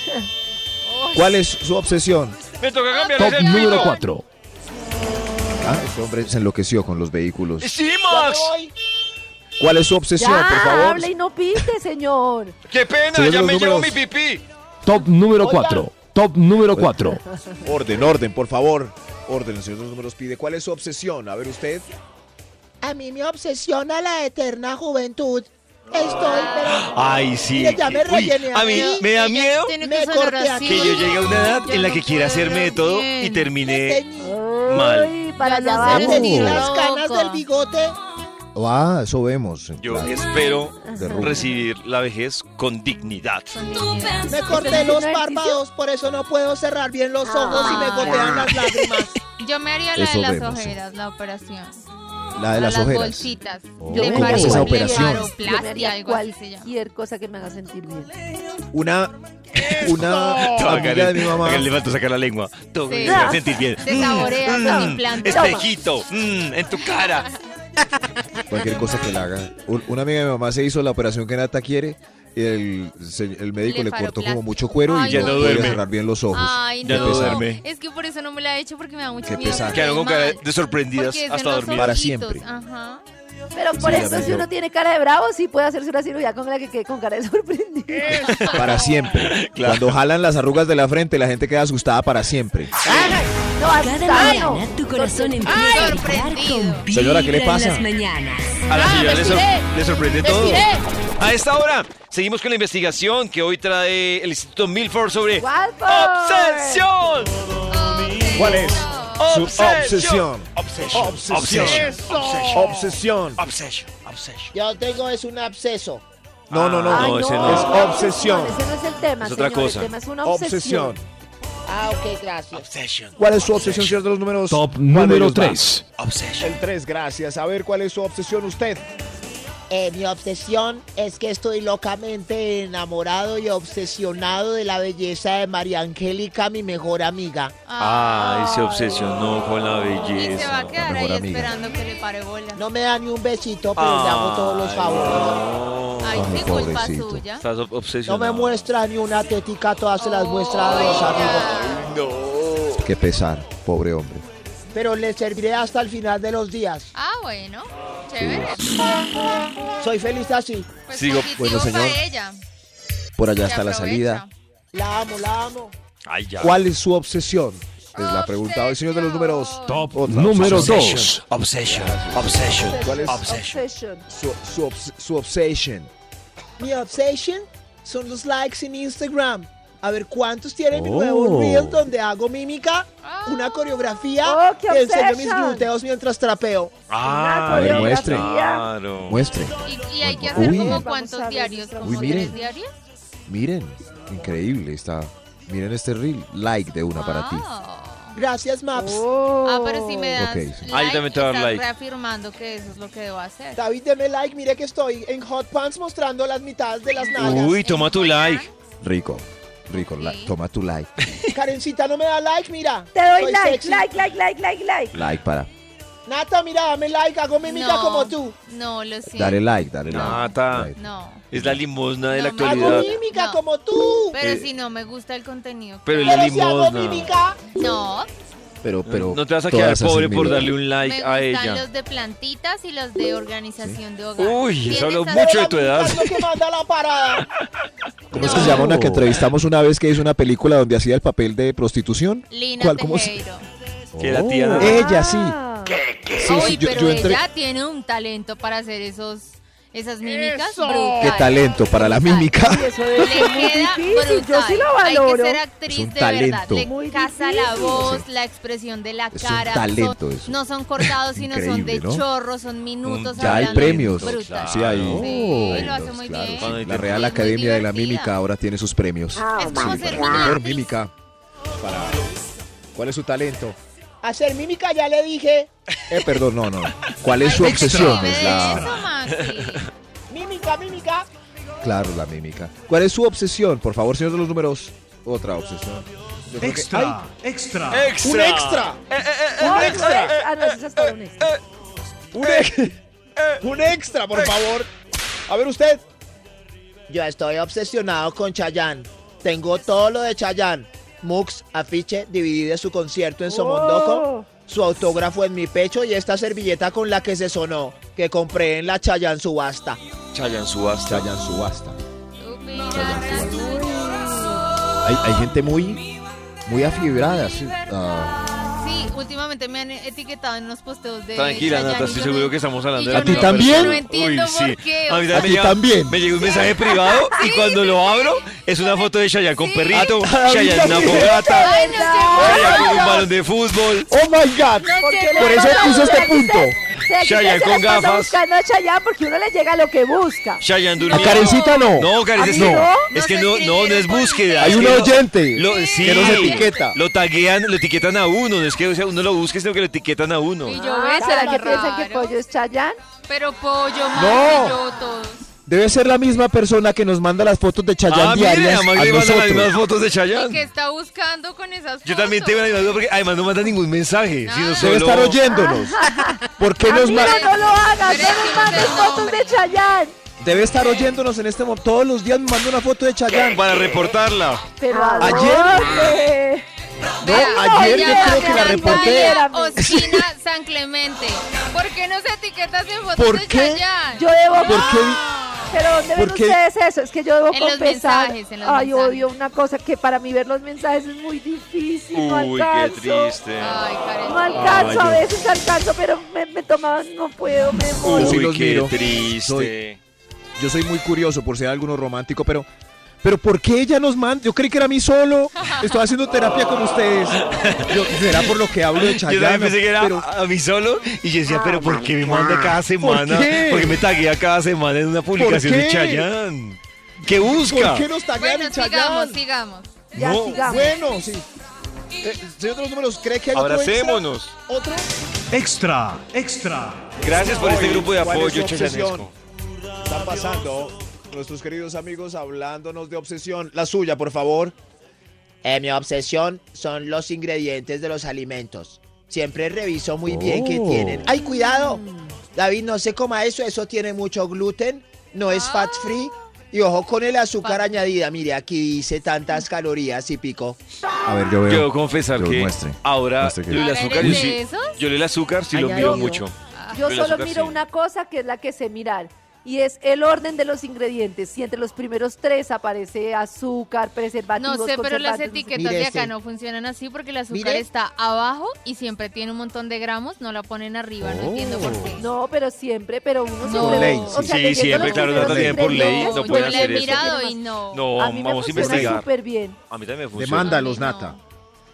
[SPEAKER 3] ¿Cuál es su obsesión?
[SPEAKER 2] Me toca cambiar
[SPEAKER 8] Top
[SPEAKER 2] ese
[SPEAKER 8] número
[SPEAKER 2] pito.
[SPEAKER 8] 4.
[SPEAKER 3] Ah, este hombre se enloqueció con los vehículos.
[SPEAKER 2] Sí,
[SPEAKER 7] Ya me
[SPEAKER 2] Max.
[SPEAKER 7] voy.
[SPEAKER 3] ¿Cuál es su obsesión,
[SPEAKER 5] Ya,
[SPEAKER 3] por favor?
[SPEAKER 5] hable y no pite, señor.
[SPEAKER 2] Qué pena,
[SPEAKER 3] Señor
[SPEAKER 2] ya
[SPEAKER 3] de los
[SPEAKER 2] me llevo mi
[SPEAKER 3] números.
[SPEAKER 2] pipí.
[SPEAKER 8] Top número
[SPEAKER 7] Oigan.
[SPEAKER 8] 4. Top número 4.
[SPEAKER 3] Orden, orden, por favor. Orden, el señor de los números pide. ¿Cuál es su obsesión? A ver usted.
[SPEAKER 9] A mí me obsesiona la eterna juventud. Estoy,
[SPEAKER 3] Ah,
[SPEAKER 9] pero
[SPEAKER 2] Ay, sí.
[SPEAKER 9] Mira, ya me
[SPEAKER 2] Uy, a
[SPEAKER 9] rellené,
[SPEAKER 2] mí
[SPEAKER 9] amigo.
[SPEAKER 2] me da miedo
[SPEAKER 4] Tiene
[SPEAKER 9] Me
[SPEAKER 4] que sonar
[SPEAKER 9] corté
[SPEAKER 4] así.
[SPEAKER 9] aquí.
[SPEAKER 2] que yo llegue a una edad
[SPEAKER 4] Ya
[SPEAKER 2] en la
[SPEAKER 4] no
[SPEAKER 2] que quiera
[SPEAKER 4] puedo
[SPEAKER 2] hacerme de todo y
[SPEAKER 4] bien.
[SPEAKER 2] termine.
[SPEAKER 9] pequeñita.
[SPEAKER 2] Mal.
[SPEAKER 5] Uy, para
[SPEAKER 4] Ya
[SPEAKER 5] allá
[SPEAKER 4] no seré
[SPEAKER 5] vamos.
[SPEAKER 9] Teñí
[SPEAKER 4] Uy.
[SPEAKER 9] las canas
[SPEAKER 4] Loco.
[SPEAKER 9] del bigote.
[SPEAKER 3] Ah, eso vemos.
[SPEAKER 2] Yo
[SPEAKER 3] Claro.
[SPEAKER 2] espero
[SPEAKER 3] De rubio.
[SPEAKER 2] recibir la vejez con dignidad.
[SPEAKER 9] Me corté los
[SPEAKER 5] ejercicio?
[SPEAKER 9] párpados, por eso no puedo cerrar bien los
[SPEAKER 5] Ah,
[SPEAKER 9] ojos y me gotean las lágrimas.
[SPEAKER 4] Yo me haría la
[SPEAKER 3] Eso
[SPEAKER 4] de las
[SPEAKER 3] vemos, sí.
[SPEAKER 4] ojeras, la operación.
[SPEAKER 3] La de las, ojeras.
[SPEAKER 4] bolsitas.
[SPEAKER 3] Oh,
[SPEAKER 4] de
[SPEAKER 5] ¿cómo es esa
[SPEAKER 4] faro-
[SPEAKER 3] operación?
[SPEAKER 5] Yo me
[SPEAKER 4] faroplastia,
[SPEAKER 5] haría
[SPEAKER 4] algo así se llama.
[SPEAKER 5] cualquier cosa que me haga sentir bien.
[SPEAKER 3] Una. Una. Oh, amiga de mi mamá.
[SPEAKER 2] Hágale, le falta sacar la lengua. Todo
[SPEAKER 4] Sí.
[SPEAKER 2] me va a sentir bien.
[SPEAKER 4] Te saboreas
[SPEAKER 2] Mm,
[SPEAKER 4] con
[SPEAKER 2] mm,
[SPEAKER 4] implantes.
[SPEAKER 2] Espejito, mm, en tu cara.
[SPEAKER 3] Cualquier cosa que la haga. Un- Una amiga de mi mamá se hizo la operación que Nata quiere. Y el, se- el médico le cortó
[SPEAKER 4] Blefaroplastia.
[SPEAKER 3] como mucho cuero
[SPEAKER 4] Ay,
[SPEAKER 3] y
[SPEAKER 2] Ya
[SPEAKER 3] no
[SPEAKER 2] no
[SPEAKER 3] podía
[SPEAKER 2] duerme.
[SPEAKER 3] cerrar bien los ojos.
[SPEAKER 4] Ay,
[SPEAKER 2] Ya
[SPEAKER 4] no.
[SPEAKER 2] no duerme.
[SPEAKER 4] Es que por eso no me la he hecho porque me da mucho
[SPEAKER 3] Qué
[SPEAKER 4] miedo.
[SPEAKER 3] pesar.
[SPEAKER 2] Quedaron con
[SPEAKER 4] Mal.
[SPEAKER 2] cara de sorprendidas
[SPEAKER 4] Porque es en
[SPEAKER 2] hasta
[SPEAKER 4] los
[SPEAKER 2] dormir.
[SPEAKER 3] Para
[SPEAKER 4] ojitos,
[SPEAKER 3] siempre.
[SPEAKER 4] Ajá.
[SPEAKER 5] Pero por
[SPEAKER 3] Sí,
[SPEAKER 5] eso,
[SPEAKER 3] ya
[SPEAKER 5] si
[SPEAKER 3] veo.
[SPEAKER 5] uno tiene cara de bravo, sí puede hacerse una cirugía con la que quede con cara de sorprendida.
[SPEAKER 3] Para siempre.
[SPEAKER 2] Claro.
[SPEAKER 3] Cuando jalan las arrugas de la frente, la gente queda asustada para siempre.
[SPEAKER 5] No,
[SPEAKER 1] Cada
[SPEAKER 5] hasta no.
[SPEAKER 1] mañana tu corazón empieza a vibrar con
[SPEAKER 4] sorprendido.
[SPEAKER 3] Señora, ¿qué le
[SPEAKER 1] vibra en
[SPEAKER 3] pasa?
[SPEAKER 1] las mañanas.
[SPEAKER 2] A la
[SPEAKER 7] Ah,
[SPEAKER 2] señora
[SPEAKER 7] me
[SPEAKER 2] le, sor-
[SPEAKER 7] estiré.
[SPEAKER 2] le sorprende
[SPEAKER 7] Me
[SPEAKER 2] todo.
[SPEAKER 7] estiré.
[SPEAKER 2] A esta hora, seguimos con la investigación que hoy trae el Instituto Milford sobre
[SPEAKER 5] Walford.
[SPEAKER 2] obsesión.
[SPEAKER 3] ¿Cuál es? Su
[SPEAKER 2] Obsesión.
[SPEAKER 3] obsesión.
[SPEAKER 2] Obsesión.
[SPEAKER 3] Obsesión. Obsesión.
[SPEAKER 2] Obsesión. Obsesión.
[SPEAKER 9] Yo tengo es un absceso.
[SPEAKER 3] No, no, no.
[SPEAKER 5] Ay,
[SPEAKER 2] no, ese
[SPEAKER 3] Es
[SPEAKER 2] no.
[SPEAKER 3] obsesión.
[SPEAKER 5] Ese no es el tema.
[SPEAKER 2] Es otra
[SPEAKER 5] señor,
[SPEAKER 2] cosa.
[SPEAKER 5] El tema es una obsesión.
[SPEAKER 3] Obsesión.
[SPEAKER 9] Ah, ok, gracias.
[SPEAKER 2] Obsesión.
[SPEAKER 3] ¿Cuál es su obsesión, señor de los números?
[SPEAKER 8] Top
[SPEAKER 3] ¿Cuál de
[SPEAKER 8] número
[SPEAKER 3] ellos va?
[SPEAKER 8] 3.
[SPEAKER 2] Obsesión.
[SPEAKER 3] El 3, gracias. A ver, ¿cuál es su obsesión usted?
[SPEAKER 9] Eh, mi obsesión es que estoy locamente enamorado y obsesionado de la belleza de María Angélica, mi mejor amiga.
[SPEAKER 2] Ay, se Ah, obsesionó con la
[SPEAKER 4] Y se va
[SPEAKER 2] belleza.
[SPEAKER 4] a quedar ahí
[SPEAKER 3] mejor amiga.
[SPEAKER 4] esperando que le pare bola.
[SPEAKER 9] No me da ni un besito, pero le hago todos los
[SPEAKER 2] Ay,
[SPEAKER 9] favores.
[SPEAKER 2] no.
[SPEAKER 4] Ay,
[SPEAKER 3] Ay,
[SPEAKER 4] sí, culpa
[SPEAKER 3] pobrecito.
[SPEAKER 4] suya.
[SPEAKER 2] Estás ob-
[SPEAKER 9] No
[SPEAKER 2] obsesionado.
[SPEAKER 9] me muestra ni una tetica, todas se las muestra a los amigos.
[SPEAKER 3] Qué pesar, pobre hombre.
[SPEAKER 9] Pero le serviré hasta el final de los días.
[SPEAKER 4] Ah, bueno. Chévere.
[SPEAKER 9] Soy feliz así.
[SPEAKER 4] Pues
[SPEAKER 2] Sigo-
[SPEAKER 4] positivo
[SPEAKER 3] bueno, señor.
[SPEAKER 4] para ella.
[SPEAKER 3] Por allá
[SPEAKER 4] que
[SPEAKER 3] está la
[SPEAKER 4] aprovecha.
[SPEAKER 3] salida.
[SPEAKER 9] La amo, la amo.
[SPEAKER 2] Ay, ya.
[SPEAKER 3] ¿Cuál es su obsesión? Es la pregunta hoy, señor de los números.
[SPEAKER 8] Top
[SPEAKER 3] Otra
[SPEAKER 8] número
[SPEAKER 3] obsesión.
[SPEAKER 8] 2.
[SPEAKER 2] Obsesión. Obsesión.
[SPEAKER 3] ¿Cuál es
[SPEAKER 5] Obsession.
[SPEAKER 3] su, su, obs- su obsession?
[SPEAKER 9] Mi obsesión son los likes en Instagram. A ver cuántos tienen mi
[SPEAKER 2] Oh.
[SPEAKER 9] nuevo reel donde hago mímica, una coreografía
[SPEAKER 5] Ah. Oh, qué
[SPEAKER 9] y enseño mis
[SPEAKER 5] obsesión.
[SPEAKER 9] gluteos mientras trapeo.
[SPEAKER 2] Ah,
[SPEAKER 3] A ver, muestre.
[SPEAKER 2] claro.
[SPEAKER 3] Muestre.
[SPEAKER 4] Y, y hay que
[SPEAKER 3] Uy.
[SPEAKER 4] hacer como
[SPEAKER 3] Vamos
[SPEAKER 5] a
[SPEAKER 4] cuántos
[SPEAKER 5] ver
[SPEAKER 4] diarios,
[SPEAKER 5] nuestra-
[SPEAKER 4] como
[SPEAKER 3] Uy, miren.
[SPEAKER 4] tres diarios.
[SPEAKER 3] Miren, increíble está. Miren este reel. Like de una para ti.
[SPEAKER 4] Ah.
[SPEAKER 9] Gracias, Maps.
[SPEAKER 5] Oh.
[SPEAKER 4] Ah, pero si me das.
[SPEAKER 3] Ok, sí.
[SPEAKER 2] Ah, yo también te voy a dar
[SPEAKER 4] estás
[SPEAKER 2] like.
[SPEAKER 4] reafirmando que eso es lo que debo hacer.
[SPEAKER 9] David, deme like. Mire que estoy en Hot Pants mostrando las mitades de las nalgas.
[SPEAKER 2] Uy, toma tu like.
[SPEAKER 3] Rico. Rico, la-
[SPEAKER 4] Sí.
[SPEAKER 3] toma tu like.
[SPEAKER 9] Karencita no me da like, mira.
[SPEAKER 5] Te doy
[SPEAKER 9] Soy
[SPEAKER 5] like,
[SPEAKER 9] sexy.
[SPEAKER 5] like, like, like, like, like.
[SPEAKER 3] Like para.
[SPEAKER 9] Nata, mira, dame like. Hago mímica
[SPEAKER 4] No,
[SPEAKER 9] como tú. Eh,
[SPEAKER 4] No, lo siento.
[SPEAKER 3] Dale like, dale like.
[SPEAKER 2] Nata.
[SPEAKER 3] Like.
[SPEAKER 4] No.
[SPEAKER 2] Es la limosna de la
[SPEAKER 4] No, Max.
[SPEAKER 9] Hago
[SPEAKER 2] actualidad.
[SPEAKER 4] Mami.
[SPEAKER 9] mímica
[SPEAKER 4] No.
[SPEAKER 9] como tú.
[SPEAKER 4] Pero
[SPEAKER 2] Eh,
[SPEAKER 4] si no me gusta el contenido.
[SPEAKER 2] Pero es la
[SPEAKER 9] Pero si hago
[SPEAKER 2] limosna.
[SPEAKER 9] mímica.
[SPEAKER 4] No,
[SPEAKER 3] Pero, pero.
[SPEAKER 2] No te vas a quedar
[SPEAKER 3] todas hacen
[SPEAKER 2] pobre por
[SPEAKER 3] mil-
[SPEAKER 2] darle un
[SPEAKER 4] me
[SPEAKER 2] like a
[SPEAKER 4] gustan
[SPEAKER 2] ella.
[SPEAKER 4] los de plantitas y los de organización de hogar.
[SPEAKER 2] Uy,
[SPEAKER 4] ¿Quiénes
[SPEAKER 2] eso habla
[SPEAKER 4] hacen-
[SPEAKER 2] mucho de tu edad.
[SPEAKER 9] Es lo que manda la parada.
[SPEAKER 3] ¿Cómo es que se llama una que entrevistamos una vez que hizo una película donde hacía el papel de prostitución?
[SPEAKER 4] Lina
[SPEAKER 3] ¿Cuál? ¿Cómo se-
[SPEAKER 4] Tejero.
[SPEAKER 2] Que la tía Nata-
[SPEAKER 3] Ella sí.
[SPEAKER 5] Ah,
[SPEAKER 3] Sí,
[SPEAKER 4] Uy,
[SPEAKER 3] sí, yo,
[SPEAKER 4] Ah. pero
[SPEAKER 3] yo entré.
[SPEAKER 4] ella tiene un talento para hacer esos, esas mímicas.
[SPEAKER 7] ¡Eso!
[SPEAKER 4] brutal.
[SPEAKER 3] Qué talento para la
[SPEAKER 4] Brutal.
[SPEAKER 3] mímica.
[SPEAKER 5] Eso
[SPEAKER 4] Le
[SPEAKER 5] debe ser muy
[SPEAKER 4] queda
[SPEAKER 5] difícil.
[SPEAKER 4] brutal.
[SPEAKER 5] Yo sí lo
[SPEAKER 4] Hay que
[SPEAKER 5] valoro.
[SPEAKER 4] ser
[SPEAKER 3] Es
[SPEAKER 4] actriz
[SPEAKER 3] un
[SPEAKER 4] de verdad.
[SPEAKER 3] talento.
[SPEAKER 4] Le
[SPEAKER 5] Muy
[SPEAKER 4] casa
[SPEAKER 5] difícil.
[SPEAKER 4] la voz, la expresión de la
[SPEAKER 3] Es un
[SPEAKER 4] cara.
[SPEAKER 3] talento
[SPEAKER 4] son-
[SPEAKER 3] eso.
[SPEAKER 4] No son cortados, sino son de
[SPEAKER 3] Increíble, ¿no?
[SPEAKER 4] chorros, son minutos.
[SPEAKER 3] Ya hay
[SPEAKER 4] hablando.
[SPEAKER 3] premios.
[SPEAKER 4] Brutal.
[SPEAKER 3] Sí, hay.
[SPEAKER 4] Sí,
[SPEAKER 3] hay
[SPEAKER 4] lo hace
[SPEAKER 3] los,
[SPEAKER 4] muy
[SPEAKER 3] claro,
[SPEAKER 4] bien.
[SPEAKER 3] sí.
[SPEAKER 2] Ay,
[SPEAKER 3] La
[SPEAKER 2] te-
[SPEAKER 3] Real
[SPEAKER 4] muy
[SPEAKER 3] Academia de la
[SPEAKER 4] divertida.
[SPEAKER 3] Mímica ahora tiene sus premios.
[SPEAKER 4] Es como
[SPEAKER 3] Sí,
[SPEAKER 4] ser
[SPEAKER 3] para la mejor
[SPEAKER 4] una
[SPEAKER 3] mímica. Para- ¿Cuál es su talento?
[SPEAKER 9] Hacer mímica ya le dije.
[SPEAKER 3] Eh, perdón, no, no. ¿Cuál es su
[SPEAKER 8] Ay,
[SPEAKER 3] obsesión?
[SPEAKER 8] extra.
[SPEAKER 3] Es la,
[SPEAKER 9] Mímica, mímica.
[SPEAKER 3] claro, la mímica. ¿Cuál es su obsesión? Por favor, señor de los números. Otra obsesión. Yo creo que- ¡Ay!
[SPEAKER 8] extra.
[SPEAKER 2] Extra.
[SPEAKER 9] Un extra.
[SPEAKER 2] Eh, eh, eh, eh,
[SPEAKER 5] No,
[SPEAKER 2] eh,
[SPEAKER 5] eso
[SPEAKER 6] Eh,
[SPEAKER 5] es- Ah, no, eso es hasta un extra.
[SPEAKER 9] Un, ex- un extra, por favor.
[SPEAKER 6] A ver usted.
[SPEAKER 9] Yo estoy obsesionado con Chayanne. Tengo todo lo de Chayanne. Mux, afiche, DVD de su concierto en
[SPEAKER 4] Oh.
[SPEAKER 9] Somondoco, su autógrafo en mi pecho y esta servilleta con la que se sonó, que compré en la Chayanne subasta.
[SPEAKER 2] Chayan Subasta.
[SPEAKER 6] Chayanne Subasta.
[SPEAKER 12] Hay, hay gente muy, muy afibrada. sí. Ah,
[SPEAKER 4] Sí, últimamente me han etiquetado en unos posteos de.
[SPEAKER 2] Tranquila,
[SPEAKER 4] Chayanne,
[SPEAKER 2] Nata,
[SPEAKER 4] y
[SPEAKER 2] estoy
[SPEAKER 4] yo
[SPEAKER 2] seguro
[SPEAKER 4] no-
[SPEAKER 2] que estamos hablando
[SPEAKER 4] y
[SPEAKER 2] de
[SPEAKER 4] yo
[SPEAKER 2] la
[SPEAKER 4] no-
[SPEAKER 2] misma
[SPEAKER 12] ¿A ti también?
[SPEAKER 4] yo No
[SPEAKER 2] persona.
[SPEAKER 4] entiendo
[SPEAKER 2] Uy, sí.
[SPEAKER 4] por qué.
[SPEAKER 2] A mí
[SPEAKER 4] o
[SPEAKER 2] también
[SPEAKER 4] sea,
[SPEAKER 2] me
[SPEAKER 12] ¿A ti
[SPEAKER 2] llega-
[SPEAKER 12] también?
[SPEAKER 2] Me llegó un mensaje privado y cuando lo abro es una foto de Chayanne con
[SPEAKER 4] Sí.
[SPEAKER 2] perrito,
[SPEAKER 6] Ah,
[SPEAKER 2] Chayanne
[SPEAKER 6] sí.
[SPEAKER 2] una fogata,
[SPEAKER 4] Ay, no, qué
[SPEAKER 2] Chayanne con un balón de fútbol.
[SPEAKER 6] ¡Oh, my
[SPEAKER 4] No
[SPEAKER 6] God!
[SPEAKER 4] sé,
[SPEAKER 6] Por eso puse este punto.
[SPEAKER 2] Chayanne con gafas.
[SPEAKER 5] Buscando a Chayanne porque uno le llega lo que busca.
[SPEAKER 2] Chayanne
[SPEAKER 6] A
[SPEAKER 2] durmiendo.
[SPEAKER 6] Karencita no.
[SPEAKER 2] No, Karen,
[SPEAKER 5] ¿A
[SPEAKER 2] es,
[SPEAKER 5] mí
[SPEAKER 4] no?
[SPEAKER 2] es que
[SPEAKER 4] No
[SPEAKER 2] no,
[SPEAKER 4] se
[SPEAKER 2] no, no es
[SPEAKER 4] escribieron
[SPEAKER 2] búsqueda.
[SPEAKER 4] por
[SPEAKER 6] Hay
[SPEAKER 2] es
[SPEAKER 6] un
[SPEAKER 2] que lo-
[SPEAKER 6] oyente
[SPEAKER 2] Lo, sí,
[SPEAKER 6] que nos etiqueta.
[SPEAKER 2] Lo taguean, lo etiquetan a uno. No es que o sea, uno lo busque, sino que lo etiquetan a uno.
[SPEAKER 4] Y yo, ¿ves?
[SPEAKER 5] ¿Será
[SPEAKER 4] Tan
[SPEAKER 5] que piensan que
[SPEAKER 4] raro.
[SPEAKER 5] Pollo es Chayanne?
[SPEAKER 4] Pero pollo,
[SPEAKER 6] No.
[SPEAKER 4] no. yo, todos.
[SPEAKER 6] Debe ser la misma persona que nos manda las fotos de Chayanne
[SPEAKER 2] Ah, mire,
[SPEAKER 6] diarias
[SPEAKER 2] además
[SPEAKER 6] a
[SPEAKER 2] le mandan las mismas
[SPEAKER 6] nosotros.
[SPEAKER 2] fotos de
[SPEAKER 4] ¿Y qué
[SPEAKER 2] Chayanne.
[SPEAKER 4] está buscando con esas fotos?
[SPEAKER 2] Yo también tengo la misma duda porque además no manda ningún mensaje.
[SPEAKER 4] No,
[SPEAKER 2] sino
[SPEAKER 4] no.
[SPEAKER 6] Debe
[SPEAKER 2] solo...
[SPEAKER 6] estar oyéndonos. ¿Por qué nos
[SPEAKER 5] Amigo,
[SPEAKER 6] manda?
[SPEAKER 5] no lo hagas,
[SPEAKER 4] Pero es que
[SPEAKER 5] no nos
[SPEAKER 4] no
[SPEAKER 5] mandes
[SPEAKER 4] sé el
[SPEAKER 5] fotos
[SPEAKER 4] nombre.
[SPEAKER 5] de Chayanne.
[SPEAKER 6] Debe estar oyéndonos en este momento. Todos los días me manda una foto de Chayanne.
[SPEAKER 2] Para reportarla.
[SPEAKER 5] Pero ¿a
[SPEAKER 6] Ah, Ayer-
[SPEAKER 5] dónde?
[SPEAKER 6] No,
[SPEAKER 4] Vea,
[SPEAKER 6] ayer yo
[SPEAKER 4] doña
[SPEAKER 6] creo que la
[SPEAKER 4] Natalia
[SPEAKER 6] reporté.
[SPEAKER 4] Ospina San Clemente. ¿Por qué no se etiquetas en fotos
[SPEAKER 6] ¿Por
[SPEAKER 4] de
[SPEAKER 6] qué?
[SPEAKER 4] Chayanne?
[SPEAKER 5] Yo debo. Ah,
[SPEAKER 6] ¿Por qué?
[SPEAKER 5] ¿Pero dónde ven
[SPEAKER 6] ¿Por qué?
[SPEAKER 5] ustedes eso? Es que yo debo
[SPEAKER 4] En los
[SPEAKER 5] confesar.
[SPEAKER 4] mensajes, en los
[SPEAKER 5] Ay,
[SPEAKER 4] mensajes.
[SPEAKER 5] odio una cosa que para mí ver los mensajes es muy difícil. no
[SPEAKER 2] Uy, qué
[SPEAKER 5] alcanzo.
[SPEAKER 2] triste.
[SPEAKER 4] Ay, Karen.
[SPEAKER 5] No alcanzo,
[SPEAKER 6] Ay,
[SPEAKER 5] a
[SPEAKER 6] yo-
[SPEAKER 5] veces alcanzo, pero me, me tomaban, no puedo, me muero.
[SPEAKER 6] sí los
[SPEAKER 2] Uy, qué
[SPEAKER 6] miro.
[SPEAKER 2] triste.
[SPEAKER 6] Yo soy muy curioso por ser alguno romántico, pero. Pero ¿por qué ella nos manda? Yo creí que era a mí solo. Estoy haciendo terapia con ustedes. Yo- será por lo que hablo de
[SPEAKER 2] Yo también
[SPEAKER 6] Chayanne.
[SPEAKER 2] pensé que era
[SPEAKER 6] pero- Ah,
[SPEAKER 2] a a mí solo y yo decía, pero ¿por qué me manda cada semana?
[SPEAKER 6] qué?
[SPEAKER 2] Porque me taguea cada semana en una publicación
[SPEAKER 6] qué?
[SPEAKER 2] de Chayanne. ¿Qué busca?
[SPEAKER 6] ¿Por qué nos taguean
[SPEAKER 4] Bueno,
[SPEAKER 6] en Chayanne?
[SPEAKER 4] sigamos, sigamos.
[SPEAKER 5] Ya
[SPEAKER 2] no.
[SPEAKER 5] sigamos.
[SPEAKER 6] Bueno, sí. Eh, señor de los números, ¿cree que hay otro
[SPEAKER 2] Abracémonos.
[SPEAKER 6] extra? ¿Otro?
[SPEAKER 8] Extra, extra.
[SPEAKER 2] Gracias por este
[SPEAKER 6] Hoy,
[SPEAKER 2] grupo de
[SPEAKER 6] ¿cuál es
[SPEAKER 2] apoyo,
[SPEAKER 6] su
[SPEAKER 2] Chayanesco.
[SPEAKER 6] obsesión? Está pasando nuestros queridos amigos hablándonos de obsesión. La suya, por favor.
[SPEAKER 9] Eh, mi obsesión son los ingredientes de los alimentos. Siempre reviso muy bien qué
[SPEAKER 6] Oh.
[SPEAKER 9] tienen. ¡Ay, cuidado! David, no se coma eso. Eso tiene mucho gluten. No es fat free. Y ojo con el azúcar añadida. Mire, aquí dice tantas calorías y pico.
[SPEAKER 3] A ver, yo veo.
[SPEAKER 2] Yo debo confesar
[SPEAKER 3] Yo
[SPEAKER 2] que
[SPEAKER 3] muestre.
[SPEAKER 2] ahora
[SPEAKER 3] Muestre que-
[SPEAKER 2] yo el
[SPEAKER 4] ¿Ahora
[SPEAKER 2] azúcar, yo,
[SPEAKER 4] eres
[SPEAKER 2] sí-
[SPEAKER 4] de esos?
[SPEAKER 2] yo el azúcar sí lo
[SPEAKER 5] Añadido.
[SPEAKER 2] miro mucho.
[SPEAKER 5] Yo
[SPEAKER 2] El
[SPEAKER 5] solo
[SPEAKER 2] azúcar,
[SPEAKER 5] miro
[SPEAKER 2] sí.
[SPEAKER 5] una cosa que es la que sé mirar. Y es el orden de los ingredientes. Y entre los primeros tres aparece azúcar, preservativos,
[SPEAKER 4] No sé, pero las
[SPEAKER 5] conservantes, no sé qué.
[SPEAKER 4] etiquetas
[SPEAKER 9] Mire
[SPEAKER 4] de acá
[SPEAKER 9] ese.
[SPEAKER 4] no funcionan así porque el azúcar
[SPEAKER 9] Mire.
[SPEAKER 4] está abajo y siempre tiene un montón de gramos, no la ponen arriba, no entiendo por qué.
[SPEAKER 2] Oh.
[SPEAKER 5] No, pero siempre, pero uno siempre.
[SPEAKER 4] ley,
[SPEAKER 5] o
[SPEAKER 4] sí.
[SPEAKER 5] sea,
[SPEAKER 2] Sí,
[SPEAKER 5] leyendo
[SPEAKER 2] siempre,
[SPEAKER 5] los
[SPEAKER 2] claro,
[SPEAKER 5] primeros
[SPEAKER 2] no tienen por ley,
[SPEAKER 5] ingredientes,
[SPEAKER 2] no
[SPEAKER 5] yo
[SPEAKER 4] yo
[SPEAKER 2] pueden
[SPEAKER 4] la he
[SPEAKER 2] hacer eso.
[SPEAKER 4] mirado y no.
[SPEAKER 2] No,
[SPEAKER 5] A mí me
[SPEAKER 2] vamos a
[SPEAKER 5] funciona
[SPEAKER 2] investigar.
[SPEAKER 5] súper bien.
[SPEAKER 2] A mí también me funciona.
[SPEAKER 4] Manda
[SPEAKER 12] Demándalos, Nata.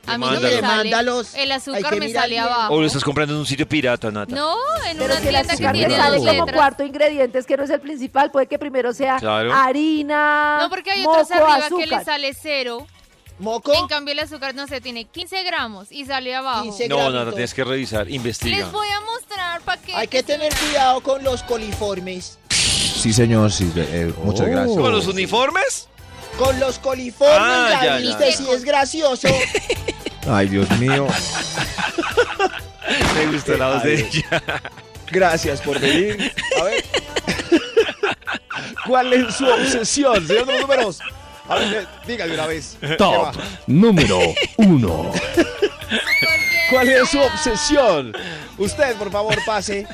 [SPEAKER 4] A mí no
[SPEAKER 2] Demándalos.
[SPEAKER 4] me sale.
[SPEAKER 9] Demándalos.
[SPEAKER 4] El
[SPEAKER 9] Hay
[SPEAKER 4] azúcar
[SPEAKER 9] que
[SPEAKER 4] me
[SPEAKER 9] mirar
[SPEAKER 4] sale
[SPEAKER 9] bien.
[SPEAKER 4] abajo.
[SPEAKER 2] O lo estás comprando en un sitio pirata, Nata.
[SPEAKER 4] No, en
[SPEAKER 5] Pero
[SPEAKER 4] una
[SPEAKER 5] si el
[SPEAKER 4] tienda que
[SPEAKER 5] azúcar le
[SPEAKER 4] tiene
[SPEAKER 5] sale
[SPEAKER 4] dos
[SPEAKER 5] como
[SPEAKER 4] letras.
[SPEAKER 5] cuarto ingrediente, es que no es el principal, puede que primero sea
[SPEAKER 2] Claro.
[SPEAKER 5] harina,
[SPEAKER 4] No, porque hay
[SPEAKER 5] moco,
[SPEAKER 4] otros arriba
[SPEAKER 5] azúcar.
[SPEAKER 4] que le sale cero.
[SPEAKER 9] ¿Moco?
[SPEAKER 4] En cambio, el azúcar, no sé, tiene 15 gramos y sale abajo.
[SPEAKER 9] 15
[SPEAKER 2] No,
[SPEAKER 9] gramitos.
[SPEAKER 2] Nata, tienes que revisar, investiga.
[SPEAKER 4] Les voy a mostrar para que.
[SPEAKER 9] Hay que tener cuidado con los coliformes.
[SPEAKER 3] Sí, señor, sí. eh, Muchas gracias.
[SPEAKER 2] ¿Con Oh. los uniformes?
[SPEAKER 9] Con los coliformes,
[SPEAKER 2] Ah, ya,
[SPEAKER 9] David,
[SPEAKER 2] ya,
[SPEAKER 9] usted
[SPEAKER 4] ya.
[SPEAKER 9] sí es gracioso.
[SPEAKER 3] Ay, Dios mío.
[SPEAKER 2] Me gustó la voz de ella.
[SPEAKER 6] Gracias por venir. A ver. ¿Cuál es su obsesión, señor de los números? A ver, dígame una vez.
[SPEAKER 8] Top número uno.
[SPEAKER 6] ¿Cuál es su obsesión? Usted, por favor, pase.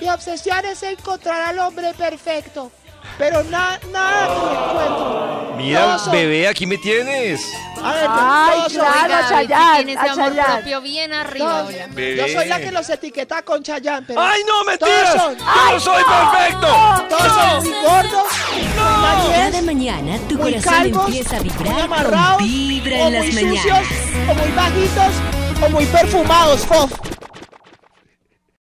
[SPEAKER 7] Mi obsesión es encontrar al hombre perfecto. Pero na- nada que me encuentro.
[SPEAKER 2] Mira,
[SPEAKER 7] Oso.
[SPEAKER 2] bebé, aquí me tienes.
[SPEAKER 9] A ver,
[SPEAKER 5] Ay,
[SPEAKER 9] yo soy-
[SPEAKER 5] claro, a Chayanne,
[SPEAKER 4] Tienes
[SPEAKER 5] a
[SPEAKER 4] amor
[SPEAKER 5] Chayanne.
[SPEAKER 4] propio bien arriba.
[SPEAKER 9] No,
[SPEAKER 4] hola.
[SPEAKER 2] Bebé.
[SPEAKER 9] yo soy la que los etiqueta con Chayanne, pero
[SPEAKER 2] ¡Ay, no, mentiras!
[SPEAKER 9] Todos son- ¡Ah!
[SPEAKER 2] ¡Yo no soy perfecto!
[SPEAKER 9] todos son muy gordos. nadie
[SPEAKER 1] Cada
[SPEAKER 9] es
[SPEAKER 1] mañana tu
[SPEAKER 9] muy
[SPEAKER 1] corazón
[SPEAKER 9] calvos,
[SPEAKER 1] empieza a
[SPEAKER 9] muy
[SPEAKER 1] vibrar con
[SPEAKER 9] amarrados,
[SPEAKER 1] Vibra
[SPEAKER 9] o
[SPEAKER 1] en
[SPEAKER 9] muy
[SPEAKER 1] las
[SPEAKER 9] sucios,
[SPEAKER 1] mañanas.
[SPEAKER 9] o muy bajitos, o muy perfumados, fof.